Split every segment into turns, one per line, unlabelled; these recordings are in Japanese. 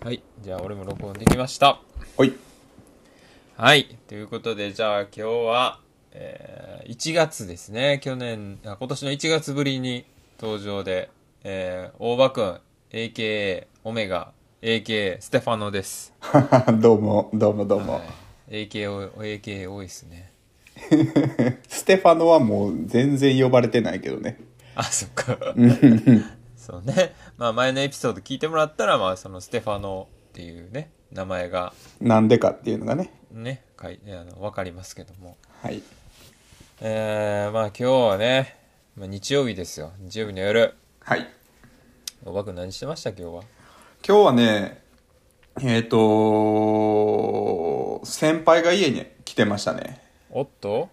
はい。じゃあ、俺も録音できました。
はい。
はい。ということで、じゃあ、今日は、えー1月ですね。去年、あ今年の1月ぶりに登場で、えー大場くん、AKA、オメガ、AKA、ステファノです。
どうも、どうもどうも。
はい、AKA、AKA 多いですね。
ステファノはもう全然呼ばれてないけどね。
あ、そっか。そうね。まあ、前のエピソード聞いてもらったら、まあ、そのステファノっていうね、名前が
なんでかっていうのがね。
ね、かいあのわかりますけども。
はい。
えー、まあ今日はね、まあ、日曜日ですよ。日曜日の夜。
はい。
おばくん何してました今日は。
今日はね、えっ、と、先輩が家に来てましたね。
おっと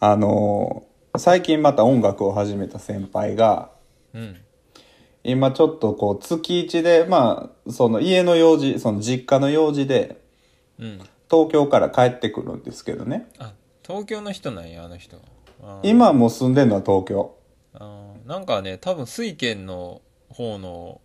あの、最近また音楽を始めた先輩が、
うん。
今ちょっとこう月一で、まあ、その家の用事、その実家の用事で、
うん。
東京から帰ってくるんですけどね。
あ、東京の人なんや、あの人。あー
今もう住んでるのは東京。
あーなんかね、多分水軒の方の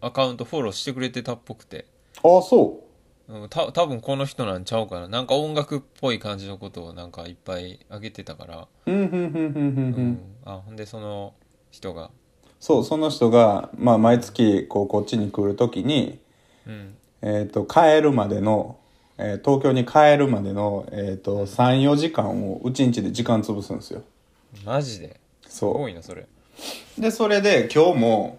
アカウントフォローしてくれてたっぽくて。
ああ、そう。
うん、た多分この人なんちゃうかな。なんか音楽っぽい感じのことをなんかいっぱいあげてたから。
うんうんうんうんう
う
んうん、
あ、ほんでその人が。
そうその人が、まあ、毎月こうこっちに来る時に、
うん。
えー、と帰るまでの、えー東京に帰るまでの、えー、と34時間をうちんちで時間潰すんですよ
マジで。す
そ
ごいな、それ。
うでそれで今日も、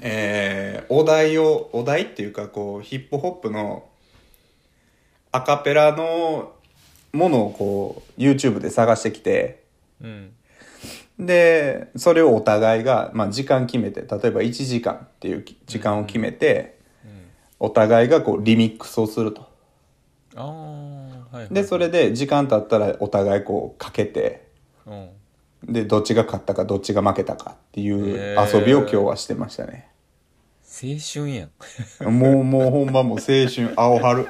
えーお題をお題っていうかこうヒップホップのアカペラのものをこう YouTube で探してきて
うん。
でそれをお互いが、まあ、時間決めて例えば1時間っていうき時間を決めて、
うん。
お互いがこうリミックスをすると
ああ、はい、はい。
でそれで時間経ったらお互いこうかけて
うん。
でどっちが勝ったかどっちが負けたかっていう
へー
遊びを今日はしてましたね、
青春やん。
もうもうほんまもう青春 青春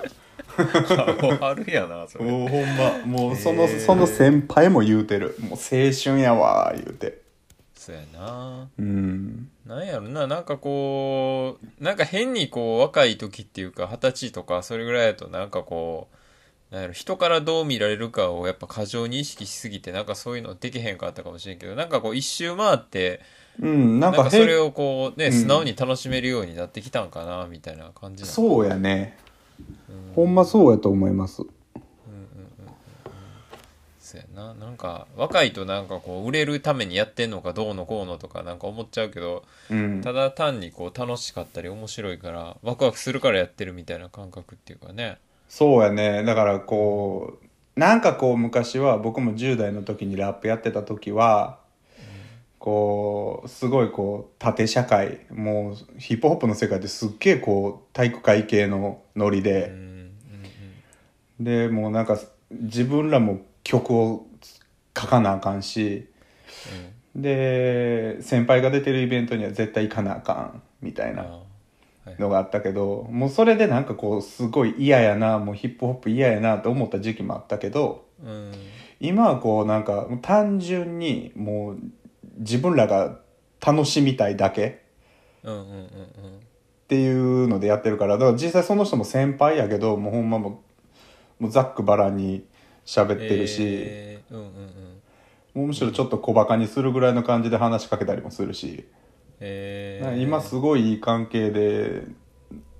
あるやな、それ。
もうほんまもうその、
へー
その先輩も言うてるもう青春やわ言うて
そうやな。
うん
なんやろな、なんかこう、なんか変にこう、若い時っていうか、二十歳とか、それぐらいだと、なんかこう、なんやろ、人からどう見られるかをやっぱ過剰に意識しすぎて、なんかそういうのできへんかったかもしれんけど、なんかこう、一周回って、
うん
な
な
んんか
か
そ
へい
れをこう、ね、
ん
素直に楽しめるようになってきたんかな、みたいな感じなの
そうやねほんまそうやと思います
そうやななんか若いとなんかこう売れるためにやってんのかどうのこうのとかなんか思っちゃうけど
うん
ただ単にこう楽しかったり面白いからワクワクするからやってるみたいな感覚っていうかね
そうやねだからこうなんかこう昔は僕も10代の時にラップやってた時はこうすごいこう縦社会もうヒップホップの世界ってすっげえこう体育会系のノリ
うんうん
で、でもうなんか自分らも曲を書かなあかんしで先輩が出てるイベントには絶対行かなあかんみたい
うん
な
ああはい
のがあったけどもうそれでなんかこうすごい嫌やなもうヒップホップ嫌やなと思った時期もあったけど
うん
今はこうなんか単純にもう自分らが楽しみたいだけ
うんうんうんうん
っていうのでやってるからだから実際その人も先輩やけどもうほんまもうもうざっくばらんに喋ってるし、
えーうんうんうん
もうむしろちょっと小バカにするぐらいの感じで話しかけたりもするし、
え
なん
ー
か今すごいいい関係で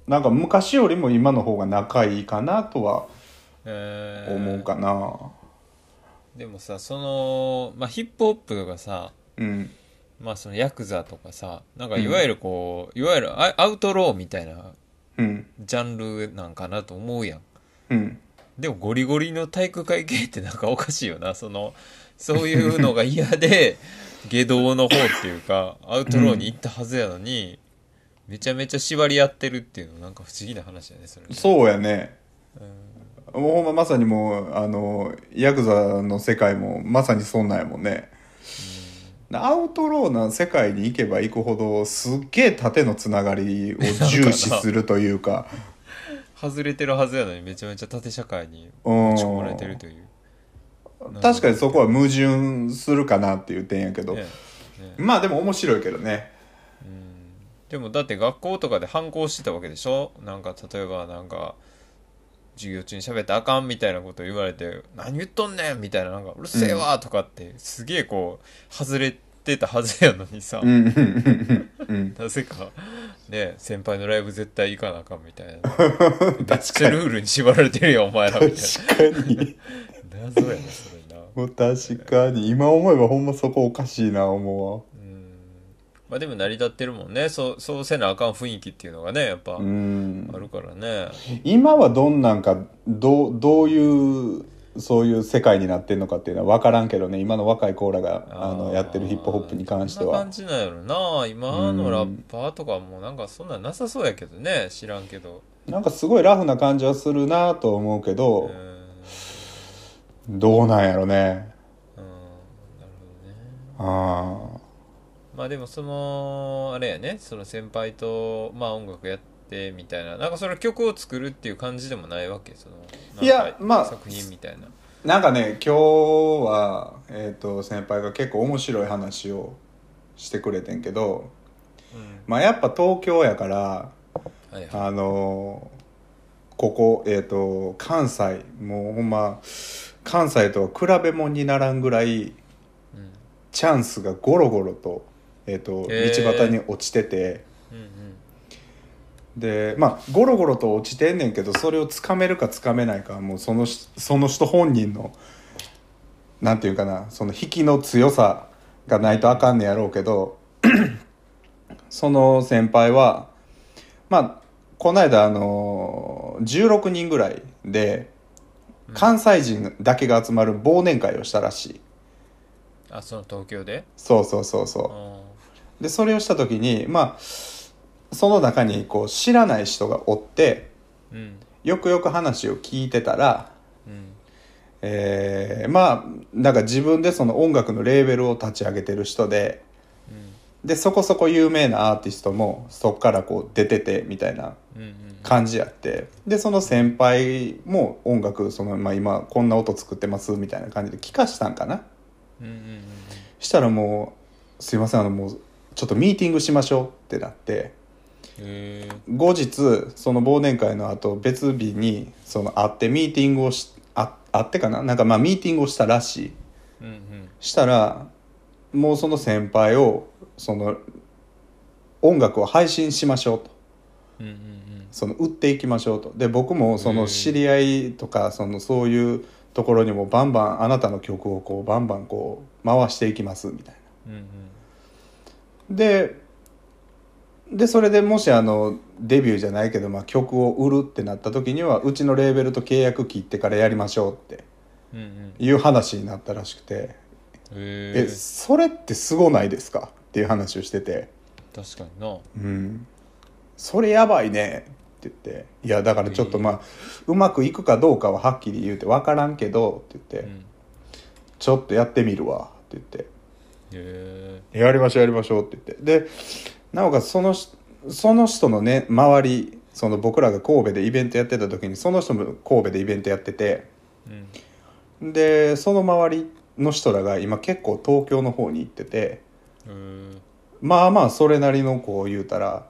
なんか昔よりも今の方が仲いいかなとは
えー
思うかな、
でもさその、まあ、ヒップホップがさ
うん
まあそのヤクザとかさなんかいわゆるこう、いわゆるアアウトローみたいな
うん
ジャンルなんかなと思うやん
うん
でもゴリゴリの体育会系ってなんかおかしいよなそ のそういうのが嫌で 下道の方っていうかアウトローに行ったはずやのに、めちゃめちゃ縛り合ってるっていうのなんか不思議な話だねそれね
そうやねもうほんままさにもうあのヤクザの世界もまさにそんなんやもんねアウトローな世界に行けば行くほどすっげえ縦のつながりを重視するとい うか
外れてるはずやのにめちゃめちゃ縦社会に
う
打
ん
ち込まれてるという、
確かにそこは矛盾するかなっていう点やけど、
ねね
まあでも面白いけどね
うん、でもだって学校とかで反抗してたわけでしょなんか例えばなんか授業中に喋ってあかんみたいなこと言われて「何言っとんねん!」みたいな「なんかうるせえわ!」とかって、すげえこう外れてたはずやのにさ、
うんうんうんうん
なぜかね先輩のライブ絶対行かなあかんみたいな
確
めっちゃ
かに
ルールに縛られてるやんお前らみたい
確かに
な謎やなそれな
もう確かに今思えばほんまそこおかしいな思
うんまあでも成り立ってるもんねそうそうせなあかん雰囲気っていうのがねやっぱ
うわうん
あるからね、
今はどんなんかどうどういうそういう世界になってんのかっていうのは分からんけどね今の若いコーラがあのやってるヒップホップに関して
どんな
は
感じなんやろな今のラッパーとかもなんかそんなんなさそうやけどね知らんけど
なんかすごいラフな感じはするなと思うけ
うん
ど
うんな
どうなんやろね
るほどね
あ
まあでもそのあれやねその先輩とまあ音楽やってみたいななんかその曲を作るっていう感じでもないわけそのなんか
いやまあ
作品みたいな
ーなんかね今日は、えー、と先輩が結構面白い話をしてくれてんけど、
うん
まあ、やっぱ東京やから
はいはい
あのーここ、えー、と関西もうほんま関西とは比べ物にならんぐらい
うん
チャンスがゴロゴロと,、えー、と
へー
道端に落ちてて、
うんうん
でまあゴロゴロと落ちてんねんけどそれをつかめるかつかめないかはもうそのしその人本人のなんていうかなその引きの強さがないとあかんねやろうけど その先輩はまあこの間あの16人ぐらいで
うん
関西人だけが集まる忘年会をしたらしい。
あその東京で
そうそうそうそう
あ。ー
でそれをした時にまあその中にこう知らない人がおって
うん
よくよく話を聞いてたら、
うん
えーまあなんか自分でその音楽のレーベルを立ち上げてる人ででそこそこ有名なアーティストもそっからこう出ててみたいな
うんうんうん
感じやってでその先輩も音楽その、まあ、今こんな音作ってますみたいな感じで聞かしたんかな
うんうんうん
したらもう「すいませんあのもうちょっとミーティングしましょう」ってなって。
へー
後日その忘年会の後別日にその会ってミーティングをしあ会ってかななんかまあミーティングをしたらしい
うんうん
したらもうその先輩をその音楽を配信しましょうと
うんうんうん
その売っていきましょうとで僕もその知り合いとかそのそういうところにもバンバンあなたの曲をこうバンバンこう回していきますみたいな。
うんうん
ででそれでもしあのデビューじゃないけど、まあ、曲を売るってなった時にはうちのレーベルと契約切ってからやりましょうって
うんうん
いう話になったらしくて
へ
「え
ー
それってすごないですか?」っていう話をしてて
確かにな
「うんそれやばいね」って言って「いやだからちょっとまあうまくいくかどうかははっきり言うて分からんけど」って言っ
う
て
ん
「ちょっとやってみるわ」って言って
へ
やりましょうやりましょうって言ってでなおかつそのしその人のね周りその僕らが神戸でイベントやってた時にその人も神戸でイベントやってて
ーうん
でその周りの人らが今結構東京の方に行ってて
へー
まあまあそれなりのこう言うたら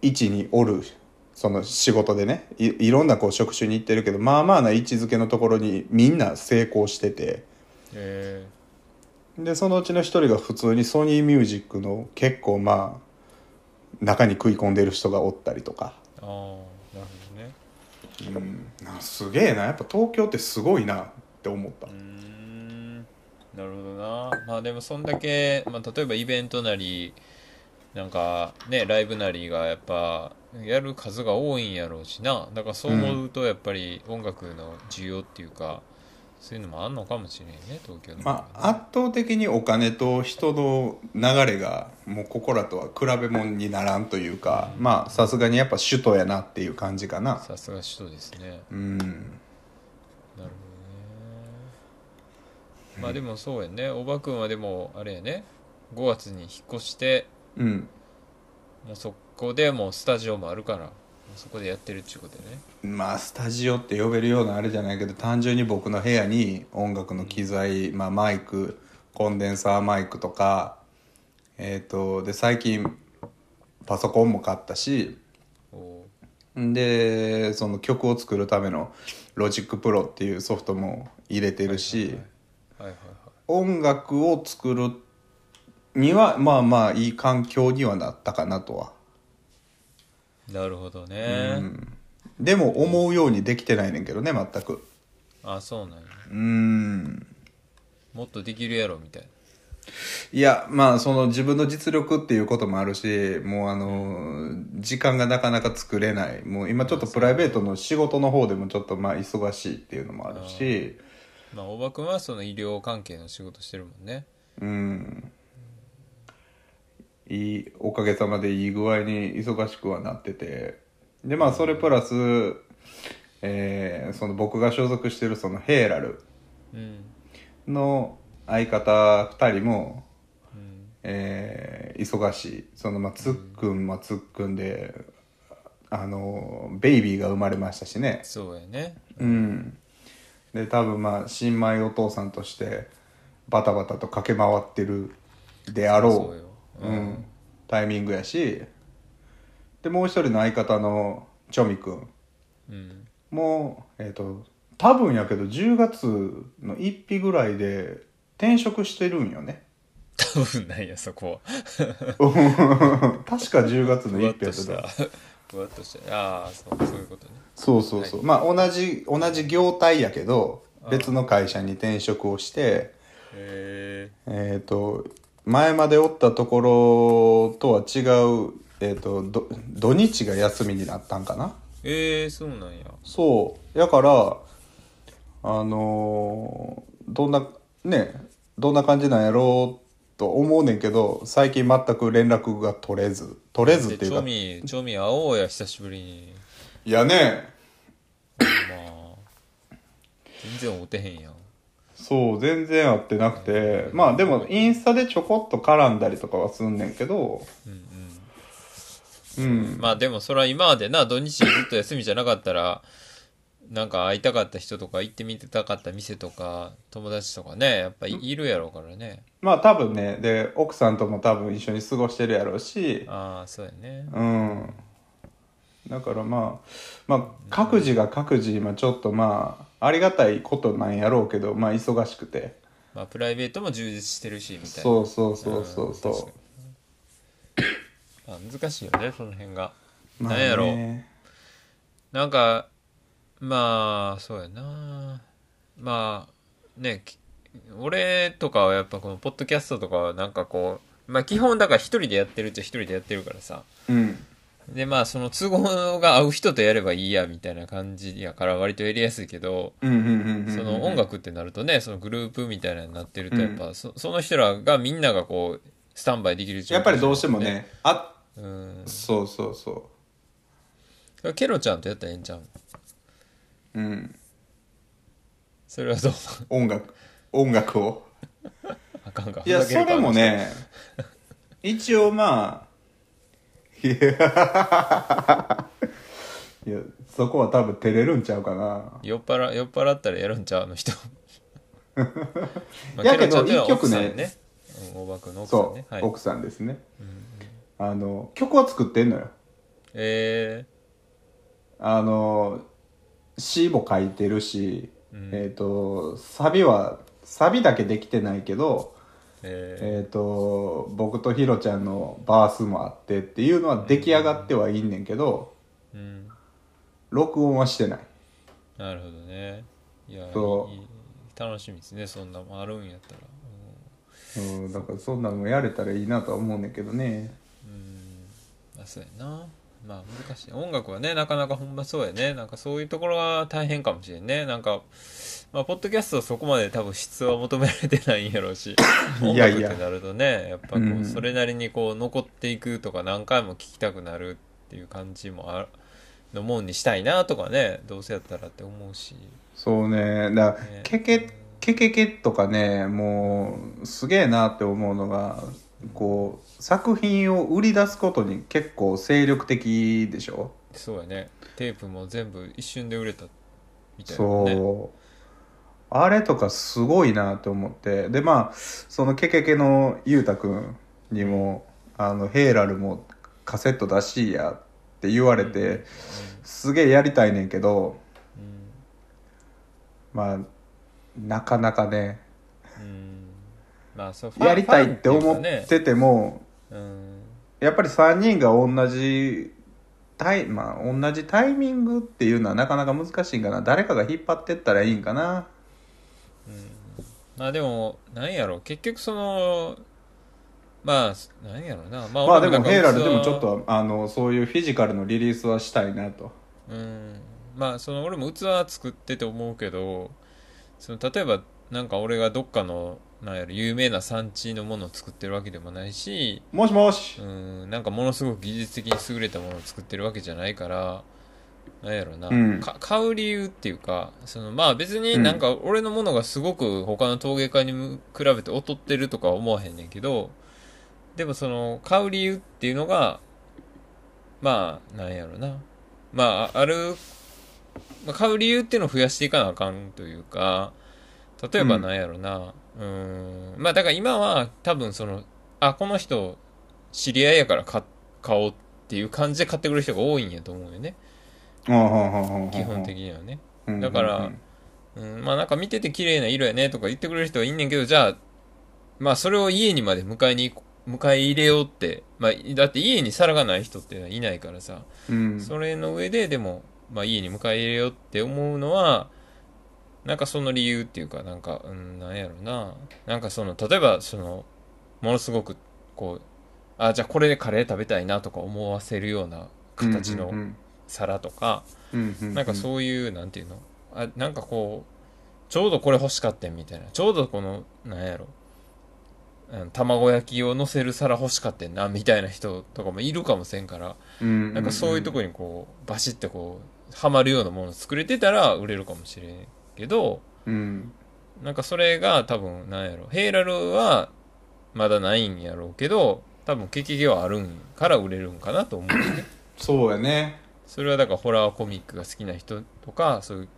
位置におるその仕事でねいいろんなこう職種に行ってるけどまあまあな位置づけのところにみんな成功してて。
へ
でそのうちの一人が普通にソニーミュージックの結構まあ中に食い込んでる人がおったりとか、
ーああなるほどね
うん、なすげえなやっぱ東京ってすごいなって思った
うーんなるほどなまあでもそんだけ、まあ、例えばイベントなりなんかねライブなりがやっぱやる数が多いんやろうしなだからそう思うとやっぱり音楽の需要っていうか、そういうのもあんのかもしれんね東京の方がね、
まあ圧倒的にお金と人の流れがもうここらとは比べ物にならんというかまあさすがにやっぱ首都やなっていう感じかな
さすが首都ですね
うん
なるほどねまあでもそうやねおばくんはでもあれやね5月に引っ越して
うん
もうそこでもうスタジオもあるからもうそこでやってるっちゅうことやね
まあスタジオって呼べるようなあれじゃないけど単純に僕の部屋に音楽の機材、まあ、マイクコンデンサーマイクとかえっ、とで最近パソコンも買ったし
お
でその曲を作るためのロジックプロっていうソフトも入れてるし、
ーはいはいはい
音楽を作るにはまあまあいい環境にはなったかなとは、
なるほどね、
うん、でも思うようにできてないねんけどね全く
あそうなんや
うん
もっとできるやろみたいない
やまあその自分の実力っていうこともあるしもうあの時間がなかなか作れないもう今ちょっとプライベートの仕事の方でもちょっとまあ忙しいっていうのもあるし
まあ大場君はその医療関係の仕事してるもんね
うんいいおかげさまでいい具合に忙しくはなっててでまあそれプラス、えーその僕が所属してるそのヘーラル
うん
の相方2人も
うん
えー忙しいそのまあつっくんまあつっくんであのベイビーが生まれましたしね
そうやね
うんで多分まあ新米お父さんとしてバタバタと駆け回ってるで
そ
あろ
うよ
ううん、タイミングやしでもう一人の相方のチョミくん
うん
もえっ、と多分やけど10月の1日ぐらいで転職してるんよね
多分ないやそこは
確か10月の
ふわっと
1日やっ
したたふわっとしたああそうそういうことね
そうそうそう、まあ同じ同じ業態やけど別の会社に転職をして
へ
えっ、と前までおったところとは違う、えー、とど土日が休みになったんかな
えー、えー、そうなんや
そうやからあのーどんなねどんな感じなんやろうと思うねんけど最近全く連絡が取れず取れずっ
で
てい
チ
う
ョ
か
ミチョミ会おうや久しぶりに
いやね
まあ全然会うてへんやん
そう全然会ってなくてまあでもインスタでちょこっと絡んだりとかはすんねんけど
うん
うん
まあでもそれは今までな土日ずっと休みじゃなかったらなんか会いたかった人とか行ってみてたかった店とか友達とかねやっぱいるやろうからね
まあ多分ねで奥さんとも多分一緒に過ごしてるやろうし
ああそうやね
うんだからまあまあ各自が各自今ちょっとまあありがたいことなんやろうけどまあ忙しくて
まあプライベートも充実してるしみたいな
そうそうそうそう
うん確かにま
そ
あ難しいよねその辺が
うまあ
なんやろ
ね
なんかまあそうやなまあねき俺とかはやっぱこのポッドキャストとかはなんかこうまあ基本だから一人でやってるっちゃ一人でやってるからさ
うん
でまあその都合が合う人とやればいいやみたいな感じやから割とやりやすいけど
うんうんうんうんうん
その音楽ってなるとねそのグループみたいなのになってるとやっぱ、そその人らがみんながこうスタンバイできる状況
やっぱりどうしてもねあ
うん
そうそうそ
それケロちゃんとやったらええんちゃうん
ううん
それはどう
音楽音楽を
あかんか
いや、
ふざけ
そ
るか
れもね、一応まあ、いや、いや、そこは多分照れるんちゃうかな。
酔っ払酔っ払ったらやるんちゃうあの 人ま
や
ケ
けど
ロちゃんというのは
一曲ね
奥さんねうん大場君の奥さん
そう、
ねはい
奥さんですね。あの、曲は作ってんのよ。
え
あの、詩も書いてるし、
うん
えっ、と、サビは、サビだけできてないけど、
ー、え
えっ、と、僕とヒロちゃんのバースもあってっていうのは出来上がってはいいんねんけど、
ー、うん
録音はしてない。
なるほどねいや
そう
いい楽しみですねそんなもんあるんやったらう
うん、だからそんなのもやれたらいいなとは思うねんだけどね
ん、うんまあ、そうやなまあ難しい音楽はねなかなかほんまそうやねなんかそういうところは大変かもしれんねなんかまあポッドキャストはそこまで多分質は求められてないんやろうし音
いや
楽っ
いや
てなるとねやっぱこ
う
うんそれなりにこう残っていくとか何回も聴きたくなるっていう感じもあるのもんにしたいなとかねどうせやったらって思うし
そうねだから
ね
ケケケケケとかねもうすげえなって思うのがこう作品を売り出すことに結構精力的でしょ、
そうやねテープも全部一瞬で売れたみたいなね
そうあれとかすごいなって思ってでまあそのケケケのゆうたくんにもあのヘイラルもカセット出しいやって言われてすげえやりたいねんけどまあなかなかね
うんまあそうファン
やりたいって
ファン
思
いう
っ
かね
てても
うん
やっぱり3人が同じタイ,、まあ、同じタイミングっていうのはなかなか難しいんかな誰かが引っ張ってったらいいんかな
まあでもなんやろ結局そのまあなんやろなまあ
まあで
俺なん
も
か
ヘイラ
そ
ル
の
でもちょっとあのそういうフィジカルのリリースはしたいなと
うんまあその俺も器作ってて思うけどその例えばなんか俺がどっかのなんやろ有名な産地のものを作ってるわけでもないし
もしもし
うんなんかものすごく技術的に優れたものを作ってるわけじゃないからなんやろな、
うん
か買う理由っていうかそのまあ別になんか俺のものがすごく他の陶芸家にむ比べて劣ってるとかは思わへんねんけどでもその買う理由っていうのがまあなんやろなまあある、まあ、買う理由っていうのを増やしていかなあかんというか例えば
うん
なんやろなうーんまあだから今は多分そのあこの人知り合いやから買買おうっていう感じで買ってくれる人が多いんやと思うよね
基本
基本的にはね、
に
だからうん、まあなんか見てて綺麗な色やねとか言ってくれる人はいんねんけどじゃあまあそれを家にまで迎えに行こ迎え入れようって、まあ、だって家に皿がない人っていうのはいないからさ、
うん
それの上ででも、まあ、家に迎え入れようって思うのはなんかその理由っていうかなんか、うん、なんやろななんかその例えばそのものすごくこうあじゃあこれでカレー食べたいなとか思わせるような形の皿とか、なんか
う
そういうなんていうのあなんかこうちょうどこれ欲しかったんみたいなちょうどこのなんやろうん卵焼きを乗せる皿欲しかったんなみたいな人とかもいるかもせんから
な
なんかそういうとこにこうバシッてこうハマるようなもの作れてたら売れるかもしれんけど
うん
なんかそれが多分なんやろヘイラルはまだないんやろうけど多分経験はあるんから売れるんかなと思うよね
そうやね
それはだからホラーコミックが好きな人とかそういう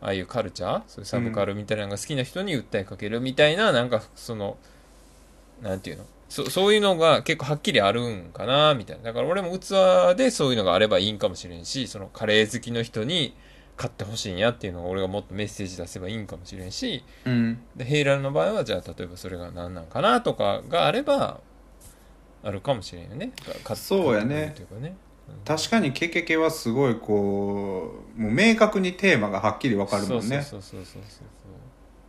ああいうカルチャーそういうサブカルみたいなのが好きな人に訴えかけるみたいななんかそのなんていうのそそういうのが結構はっきりあるんかなみたいなだから俺も器でそういうのがあればいいんかもしれんしそのカレー好きの人に買ってほしいんやっていうのを俺がもっとメッセージ出せばいいんかもしれんし
うん
でヘイラルの場合はじゃあ例えばそれが何なんかなとかがあればあるかもしれんよねか
そうやね
買ってくれるというかね
確かに KKK はすごいこうもう明確にテーマがはっきり分かるもんね
そうそうそうそうそうそ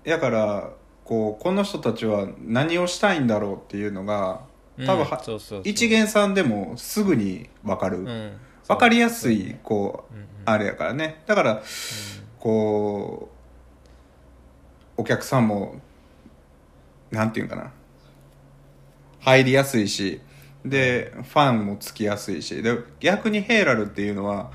う
だからこうこの人たちは何をしたいんだろうっていうのが多分は
そうそうそう
一元さんでもすぐに分か
う
る
ん
分かりやすいこう
うんうん
あれやからねだからこうお客さんもなんていうんかな入りやすいしでファンもつきやすいしで逆にヘイラルっていうのは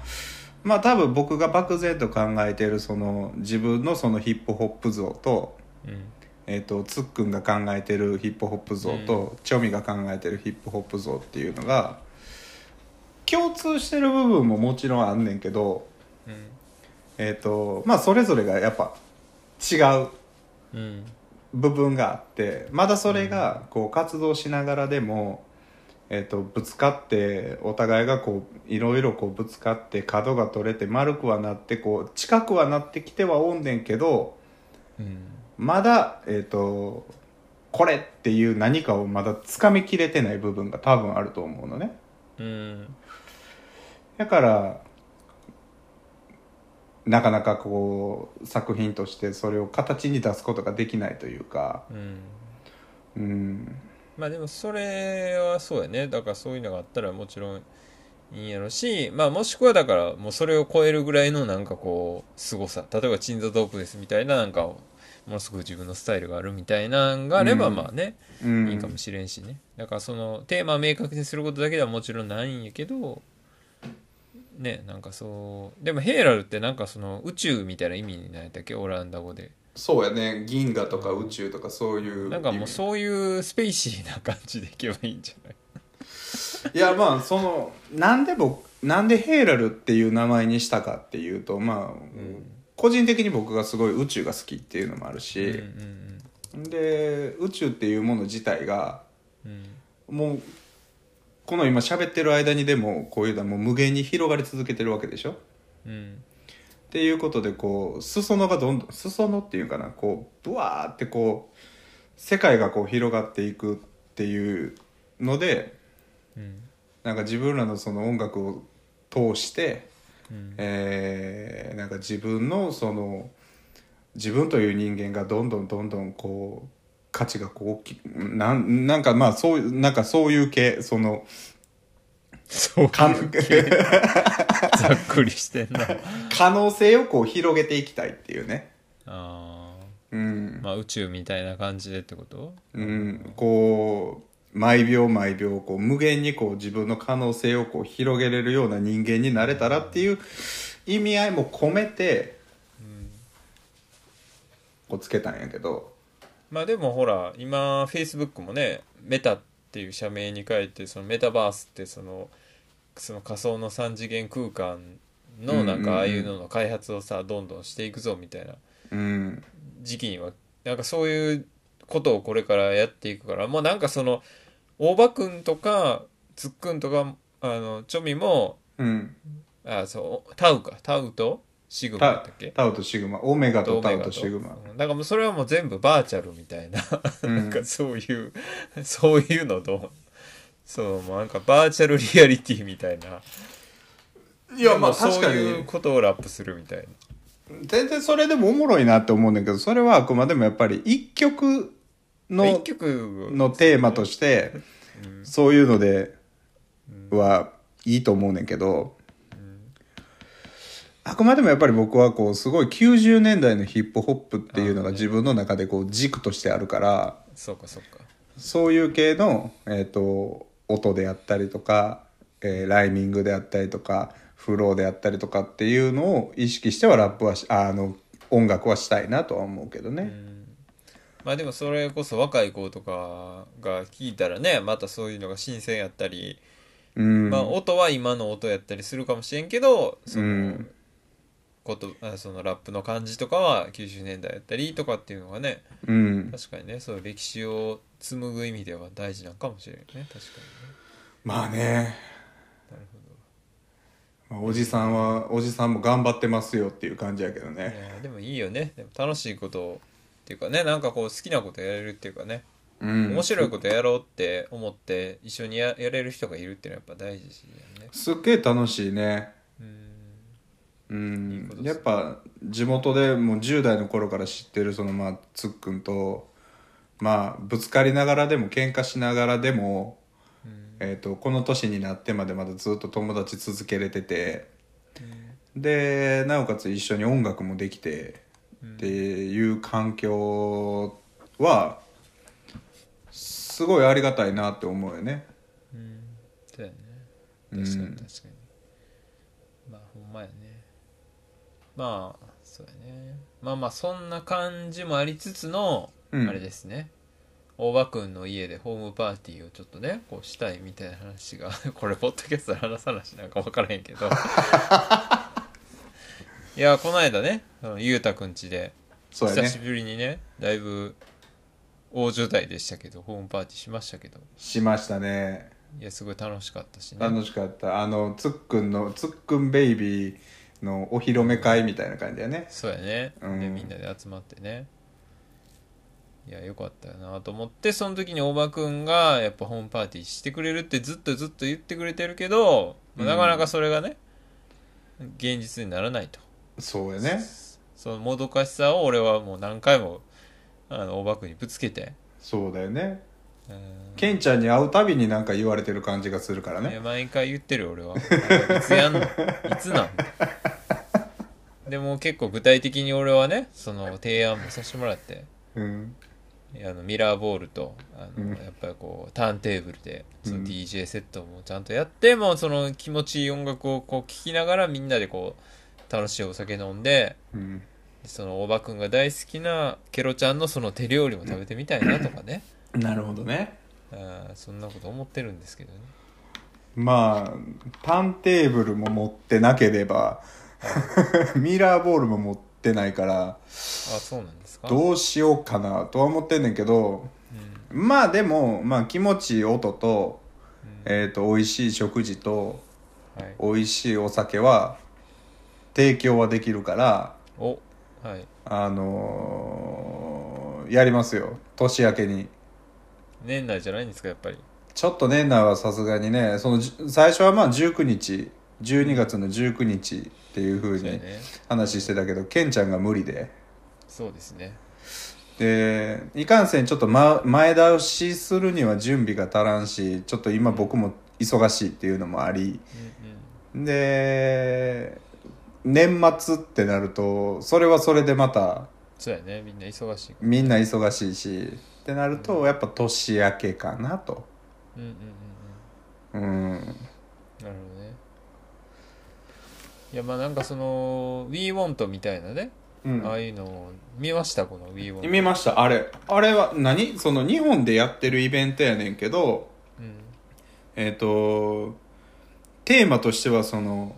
まあ多分僕が漠然と考えてるその自分のそのヒップホップ像と,、
うん
えっとつっくんが考えてるヒップホップ像と、チョミが考えてるヒップホップ像っていうのが共通してる部分ももちろんあんねんけど
うん
えーとまあ、それぞれがやっぱ違う
うん
部分があってまだそれがこう活動しながらでも、えー、とぶつかってお互いがこういろいろこうぶつかって角が取れて丸くはなってこう近くはなってきてはおんねんけど
うん
まだ、えー、とこれっていう何かをまだつかみきれてない部分が多分あると思うのね。
うん
だからなかなかこう作品としてそれを形に出すことができないというか
うん
うん
まあでもそれはそうやねだからそういうのがあったらもちろんいいんやろしまあもしくはだからもうそれを超えるぐらいのなんかこう凄さ例えば鎮座ドープですみたいななんかものすごく自分のスタイルがあるみたいなんがあれば
うん
まあね、
うん
いいかもしれんしね、だからそのテーマを明確にすることだけではもちろんないんやけどねなんかそうでもヘイラルってなんかその宇宙みたいな意味になんやったっけオランダ語で
そうやね銀河とか宇宙とかそういう
なんかもうそういうスペイシーな感じでいけばいいんじゃない
いやまあそのなんで僕なんでヘイラルっていう名前にしたかっていうとまあ、
ん
個人的に僕がすごい宇宙が好きっていうのもある
うん
し、で宇宙っていうもの自体が
うんうん
もうこの今喋ってる間にでもこういうのはもう無限に広がり続けてるわけでしょっ
うん
ていうことでこう裾野がどんどん裾野っていうかなこうブワーってこう世界がこう広がっていくっていうので
うん
なんか自分らのその音楽を通して、
うん
えーなんか自分のその自分という人間がどんどんどんどんこう価値がこう大きなんなんかまあそういうなんかそういう系その
そう
か
ざっくりしてんな
可能性をこう広げていきたいっていうね。
あ
う
ー
ん
まあ宇宙みたいな感じでってこと
うん、こう毎秒毎秒こう無限にこう自分の可能性をこう広げれるような人間になれたらっていう意味合いも込めてこうつけたんやけど、
まあでもほら今フェイスブックもねメタっていう社名に変えてそのメタバースってそのその仮想の3次元空間
うんうん
の
うん
なんかああいうのの開発をさどんどんしていくぞみたいな
うん、
時期にはなんかそういうことをこれからやっていくからもうなんかその大場くんとかつっくんとかあのチョミも
うん、
あそうタウかタウとシグマだ
タ
ったっけ
タウとシグマオメガと
同
タ
盟
ウ
だ
とシグマ、
うんだからもうそれはもう全部バーチャルみたいな、
うん
なんかそういうそういうのとそうもうなんかバーチャルリアリティみたいない
やまあ
でも
確か
そういう
に
ことをラップするみたいな
全然それでもおもろいなって思うんだけどそれはあくまでもやっぱり一曲
一
の
曲
のテーマとしてそういうのではいいと思うねんけどあくまでもやっぱり僕はこうすごい90年代のヒップホップっていうのが自分の中でこう軸としてあるから
そうかそうか
そういう系の、えー、と音であったりとか、えーライミングであったりとかフローであったりとかっていうのを意識してはラップはしあの音楽はしたいなとは思うけどね。
まあでもそれこそ若い子とかが聞いたらねまたそういうのが新鮮やったり、
うん
まあ音は今の音やったりするかもしれんけどその、
うん
ことあそのラップの感じとかは90年代やったりとかっていうのがね
うん
確かにねそう歴史を紡ぐ意味では大事なのかもしれないね確か
まあねまあおじさんはおじさんも頑張ってますよっていう感じやけど
に
ね
ねいやでもいいよねでも楽しいことをっていうかねなんかこう好きなことやれるっていうかね、
うん
面白いことやろうって思って一緒にややれる人がいるっていうのはやっぱ大事だよね
すっげえ楽しいね
うん
うん
いいことです
やっぱ地元でもう10代の頃から知ってるそのまあつっくんとまあぶつかりながらでも喧嘩しながらでも、
うん
えー、とこの年になってまでまだずっと友達続けれててでなおかつ一緒に音楽もできてっていう環境はすごいありがたいなって思うよね。
うんそうやね
うん
確かに確かに、まあほんまやねまあそうやねまあまあそんな感じもありつつの、
うん
あれですね大場くんの家でホームパーティーをちょっとねこうしたいみたいな話が これポッドキャストで話さなしなんか分からへんけ どいやこの間ねあのゆうたくんちで
そうや
久し
ね。
ぶりにねだいぶ大所帯でしたけどホームパーティーしましたけど
しましたね。
いやすごい楽しかったしね
楽しかった。あの、つっくんの、つっくんベイビーのお披露目会みたいな感じだよね。
そうやね、
うん
でみんなで集まってねいやよかったよなと思ってその時に大場くんがやっぱホームパーティーしてくれるってずっとずっと言ってくれてるけど、まあなかなかそれがね現実にならないと
そうやね。
そのもどかしさを俺はもう何回もあの大場くんにぶつけて、
そうだよね。
うん
ケンちゃんに会うたびになんか言われてる感じがするから
いや
ね。
毎回言ってるよ俺はいつやんのいつ なんでも結構具体的に俺はねその提案もさせてもらって
うん。
あのミラーボールとあの、
うん
やっぱりこうターンテーブルでその
うん
DJ セットもちゃんとやって、もうその気持ちいい音楽をこう聴きながらみんなでこう楽しいお酒飲んで
うん。
そのおばくんが大好きなケロちゃんのその手料理も食べてみたいなとか ね、
なるほどね。
あーそんなこと思ってるんですけどね
まあ、ターンテーブルも持ってなければ、 ミラーボールも持ってないから、
あそうなんですか
どうしようかなとは思ってんねんけど、まあでも、まあ気持ちいい音と、
うん
えー、と美味しい食事と
はい。
美味しいお酒は提供はできるから
お、はい。
あのーやりますよ年明けに
年内じゃないんですか、やっぱり。
ちょっと年内はさすがにねそのじ最初はまあ19日12月の19日っていう風
そうや
に
ね。
話してたけどケンちゃんが無理で
そうですね。
でいかんせんちょっと、ま、前倒しするには準備が足らんしちょっと今僕も忙しいっていうのもあり
うんうん。
で年末ってなるとそれはそれでまた
そうやね。みんな忙しい。
みんな忙しいしってなるとやっぱ年明けかなと
うんうんうん
うん
うん。なるほどね。いや、まあなんかその、We Want みたいなね。
うん
ああいうのを見ました、この We Want。
見ましたあれあれは何その日本でやってるイベントやねんけど
うん。
えっ、とテーマとしてはその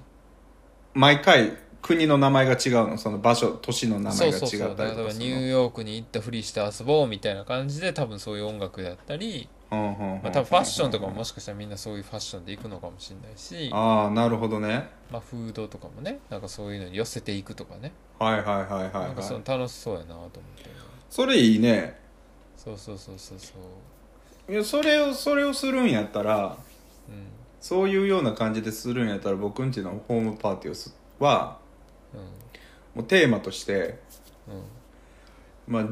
毎回国の名前が違うのその場所都市の名
そ
前
う
が違
そうそう。
った
だ
り
か
と
ら
か
ニューヨークに行ったふりして遊ぼうみたいな感じで、多分そういう音楽だったり、ま
ま
あ多分ファッションとかももしかしたらみんなそういうファッションで行くのかもしれないし、
ああなるほどね
まあフードとかもね、なんかそういうのに寄せていくとかね。
はいはいはいはい、
なんかそ
は
の
い、
楽しそうやなと思って。
それいいね
そうそうそうそうそう。
いやそれをそれをするんやったら
う
そういうような感じでするんやったら僕んちのホームパーティーをすは
ん。
もうテーマとして
うん。うん。
まあ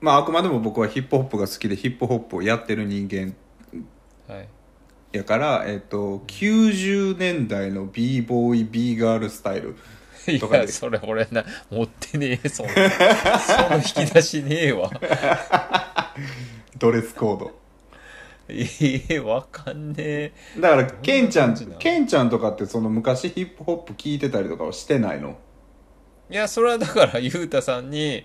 まああくまでも僕はヒップホップが好きでヒップホップをやってる人間
はい。
やから、えっと90年代の b ボーイ b ガールスタイル
い
とかで
や、それ俺な、持ってねえ、そんな。その引き出しねえわ。
ドレスコード
ええ、わかんねえ。
だからケンちゃん
どんな感じなの
ケンちゃんとかってその昔ヒップホップ聞いてたりとかはしてないの
いや、それはだから、ゆうたさんに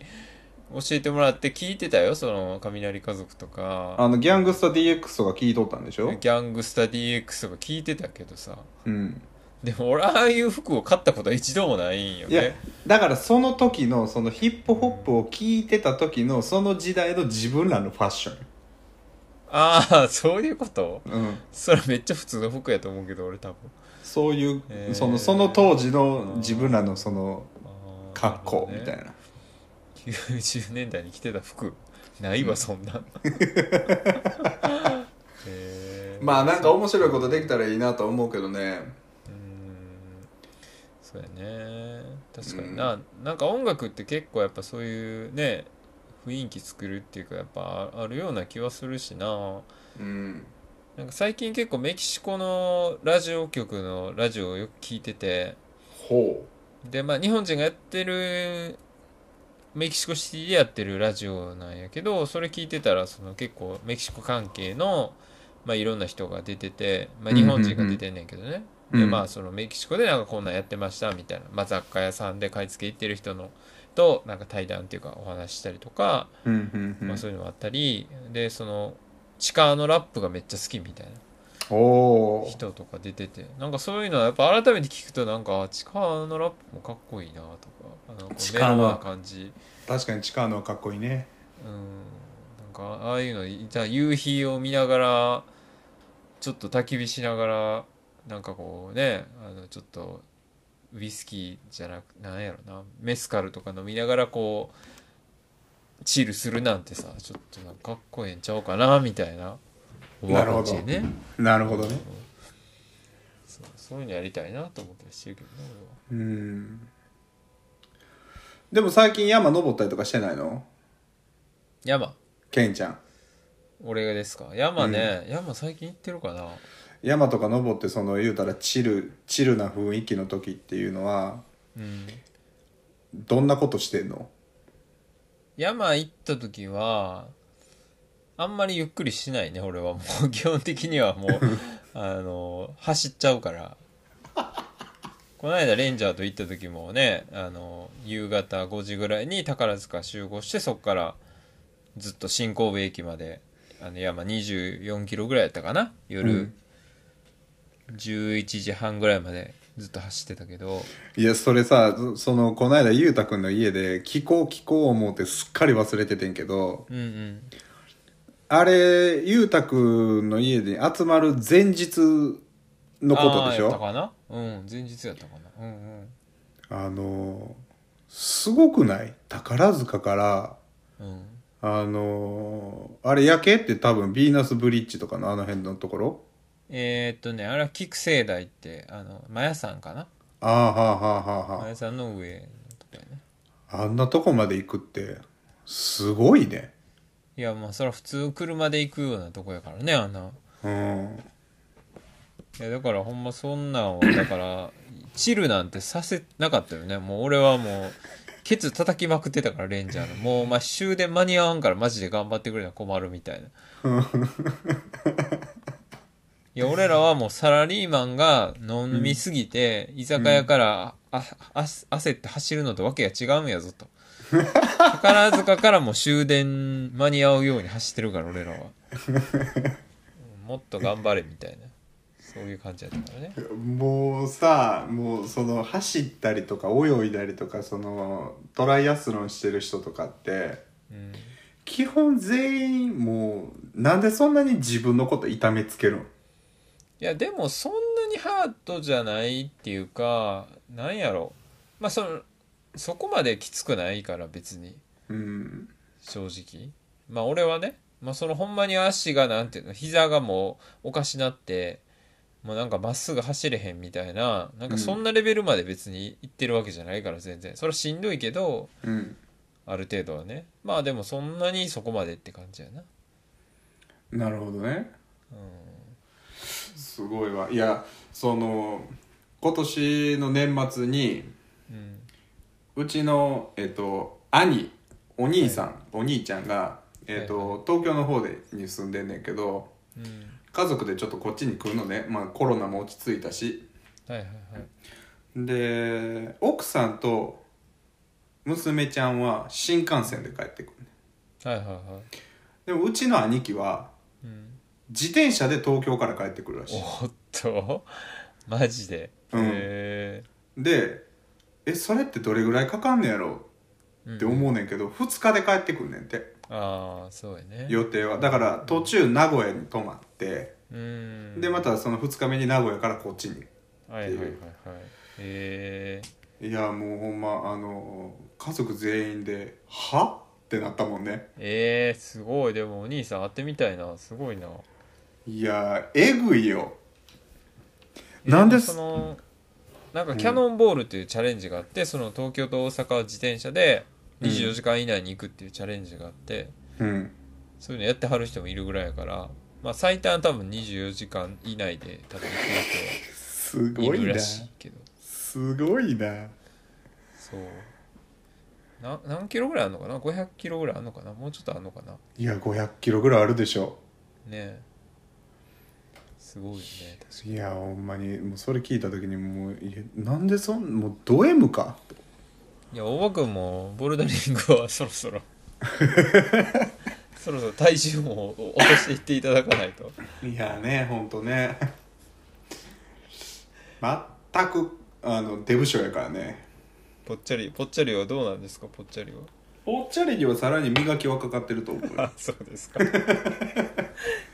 教えてもらって聞いてたよ、その、雷家族と
あ
か。
のギャングスタ DX とか聞いとったんでしょ
ギャングスタ DX とか聞いてたけどさ。
うん
でも俺、ああいう服を買ったことは一度もないんよ
いや
ね。
だからその時のそのヒップホップを聞いてた時のその時代の自分らのファッショ
ああ、そういうこと
ン、うん、
それめっちゃ普通の服やと思うけど、俺多分。
そういう、
へー
そのその当時の自分らのその
あー
格好みたい
なる
な
ほどね90年代に着てた服ないわそん なへー
まあなんか面白いことできたらいいなと思うけどね
うーんそうやね確かにな、なんか音楽って結構やっぱそういうね雰囲気作るっていうかやっぱあるような気はするしな
うん
なんか最近結構メキシコのラジオ局のラジオをよく聞いてて
ほ
でまあ日本人がやってるメキシコシティでやってるラジオなんやけどそれ聞いてたらその結構メキシコ関係の、まあ、いろんな人が出てて、まあ、日本人が出てんねんけどね、
うんうんうん
でまあそのメキシコでなんかこんなんやってましたみたいな、まあ、雑貨屋さんで買い付け行ってる人のとなんか対談っていうかお話ししたりとか、
ううんうんう
まあ、
ん
そういうのもあったりでその地下のラップがめっちゃ好きみたいな
おー
人とか出ててなんかそういうのはやっぱ改めて聞くとなんかチカのラップもかっこいいなとかあのこ
チ
う
カ
メ
の
ロな感じ
確かにチカーノはかっこいいね
うんなんかああいうのいた夕日を見ながらちょっと焚き火しながらなんかこうねあのちょっとウイスキーじゃなくなんやろなメスカルとか飲みながらこうチルするなんてさちょっとなんかかっこええんちゃうかなみたいな
なるほど
おばあちゃんね
なるほどね
そうそういうのやりたいなと思ったりしてるけどね
うんでも最近山登ったりとかしてないの
俺は山
ケンちゃん
俺がですか山ね、山最近行ってるかな
山とか登ってその言うたらチルチルな雰囲気の時っていうのは
うん
どんなことしてんの
山行った時はあんまりゆっくりしないね俺はもう 基本的にはもうあの走っちゃうからこの間レンジャーと行った時もねあの夕方5時ぐらいに宝塚集合してそこからずっと新神戸駅まであの山2 4キロぐらいやったかな夜、11時半ぐらいまでずっと走ってたけど
いやそれさそそのこの間ゆうたくんの家で聞こう聞こう思うてすっかり忘れててんけど
うんうん
あれ裕太くんの家で集まる前日のことで
あ
し
ーやった
ょ
かなうん、前日やったかな。うんうん。
あのすごくない宝塚から
うん、
あのあれ夜景って多分ヴィーナスブリッジとかのあの辺のところ
えー、っとね、あれは菊生台って、あの、マヤさんかな
ああはあはあはあ
マ
は
ヤさんの上のとこやね。
ああんなとこまで行くってすごいね
いや、まあ、それは普通車で行くようなとこやからね、あんな。
うん
いやだからほんまそんなんをだからチルなんてさせなかったよねもう俺はもうケツ叩きまくってたからレンジャーのもうまあ終電間に合わんからマジで頑張ってくれな困るみたいないや俺らはもうサラリーマンが飲みすぎて、居酒屋から、ああ焦って走るのとわけが違うんやぞと宝塚からもう終電間に合うように走ってるから俺らはもっと頑張れみたいなそういう感じやったからね
もうさもうその走ったりとか泳いだりとかそのトライアスロンしてる人とかって
うん
基本全員もうなんでそんなに自分のこと痛めつけるん
いやでもそんなにハードじゃないっていうかなんやろまあそのそこまできつくないから別に
うん
正直まあ俺はね、まあ、そのほんまに足がなんていうの膝がもうおかしなってもうなんかまっすぐ走れへんみたいななんかそんなレベルまで別にいってるわけじゃないから全然それはしんどいけど
うん
ある程度はねまあでもそんなにそこまでって感じやな
なるほどね
う
すごいわいやその今年の年末に
んうん
うちのえっと兄お兄さん、お兄ちゃんがえっと、
はい
東京の方でに住んでんねんけど
うん
家族でちょっとこっちに来るのね、まあ、コロナも落ち着いたし
はいはいはい
で奥さんと娘ちゃんは新幹線で帰ってくるね
はいはいはい
でもうちの兄貴は
うん
自転車で東京から帰ってくるらしい
おっとマジで、
うん
へ
でえそれってどれぐらいかかんねやろ
え
って思うねんけど、2日で帰ってくんねんて
ああそうやね
予定はだから途中名古屋に泊まって、
うん
でまたその2日目に名古屋からこっちに
はいはいはいはいへえ
いやもうほんまあの家族全員で「は?」ってなったもんね
えー、すごいでもお兄さん会ってみたいなすごいない
やえぐいよなんです
そのなんかキャノンボールっていうチャレンジがあって、その東京と大阪を自転車で24時間以内に行くっていうチャレンジがあって、
うん
そういうのやってはる人もいるぐらいやからまあ最短多分24時間以内で多分行く
す
人
ご
はい
い
る
な
らしいけど
すごいな
そうな何キロぐらいあるのかな500キロぐらいあるのかなもうちょっとあるのかなね
いや500キロぐらいあるでしょ
えすごいよね確か
いやほんまにもうそれ聞いた時にもういやなんでそんもうド M か
にいや大場君もボルダリングはそろそろそろそろ体重も落としていっていただかないと
いやねほんとね 全くあのデブ症やからね
ぽっちゃりぽっちゃりはどうなんですかぽっちゃりは
ぽっちゃりにはさらに磨きはかかってると思 うよ
あそうですか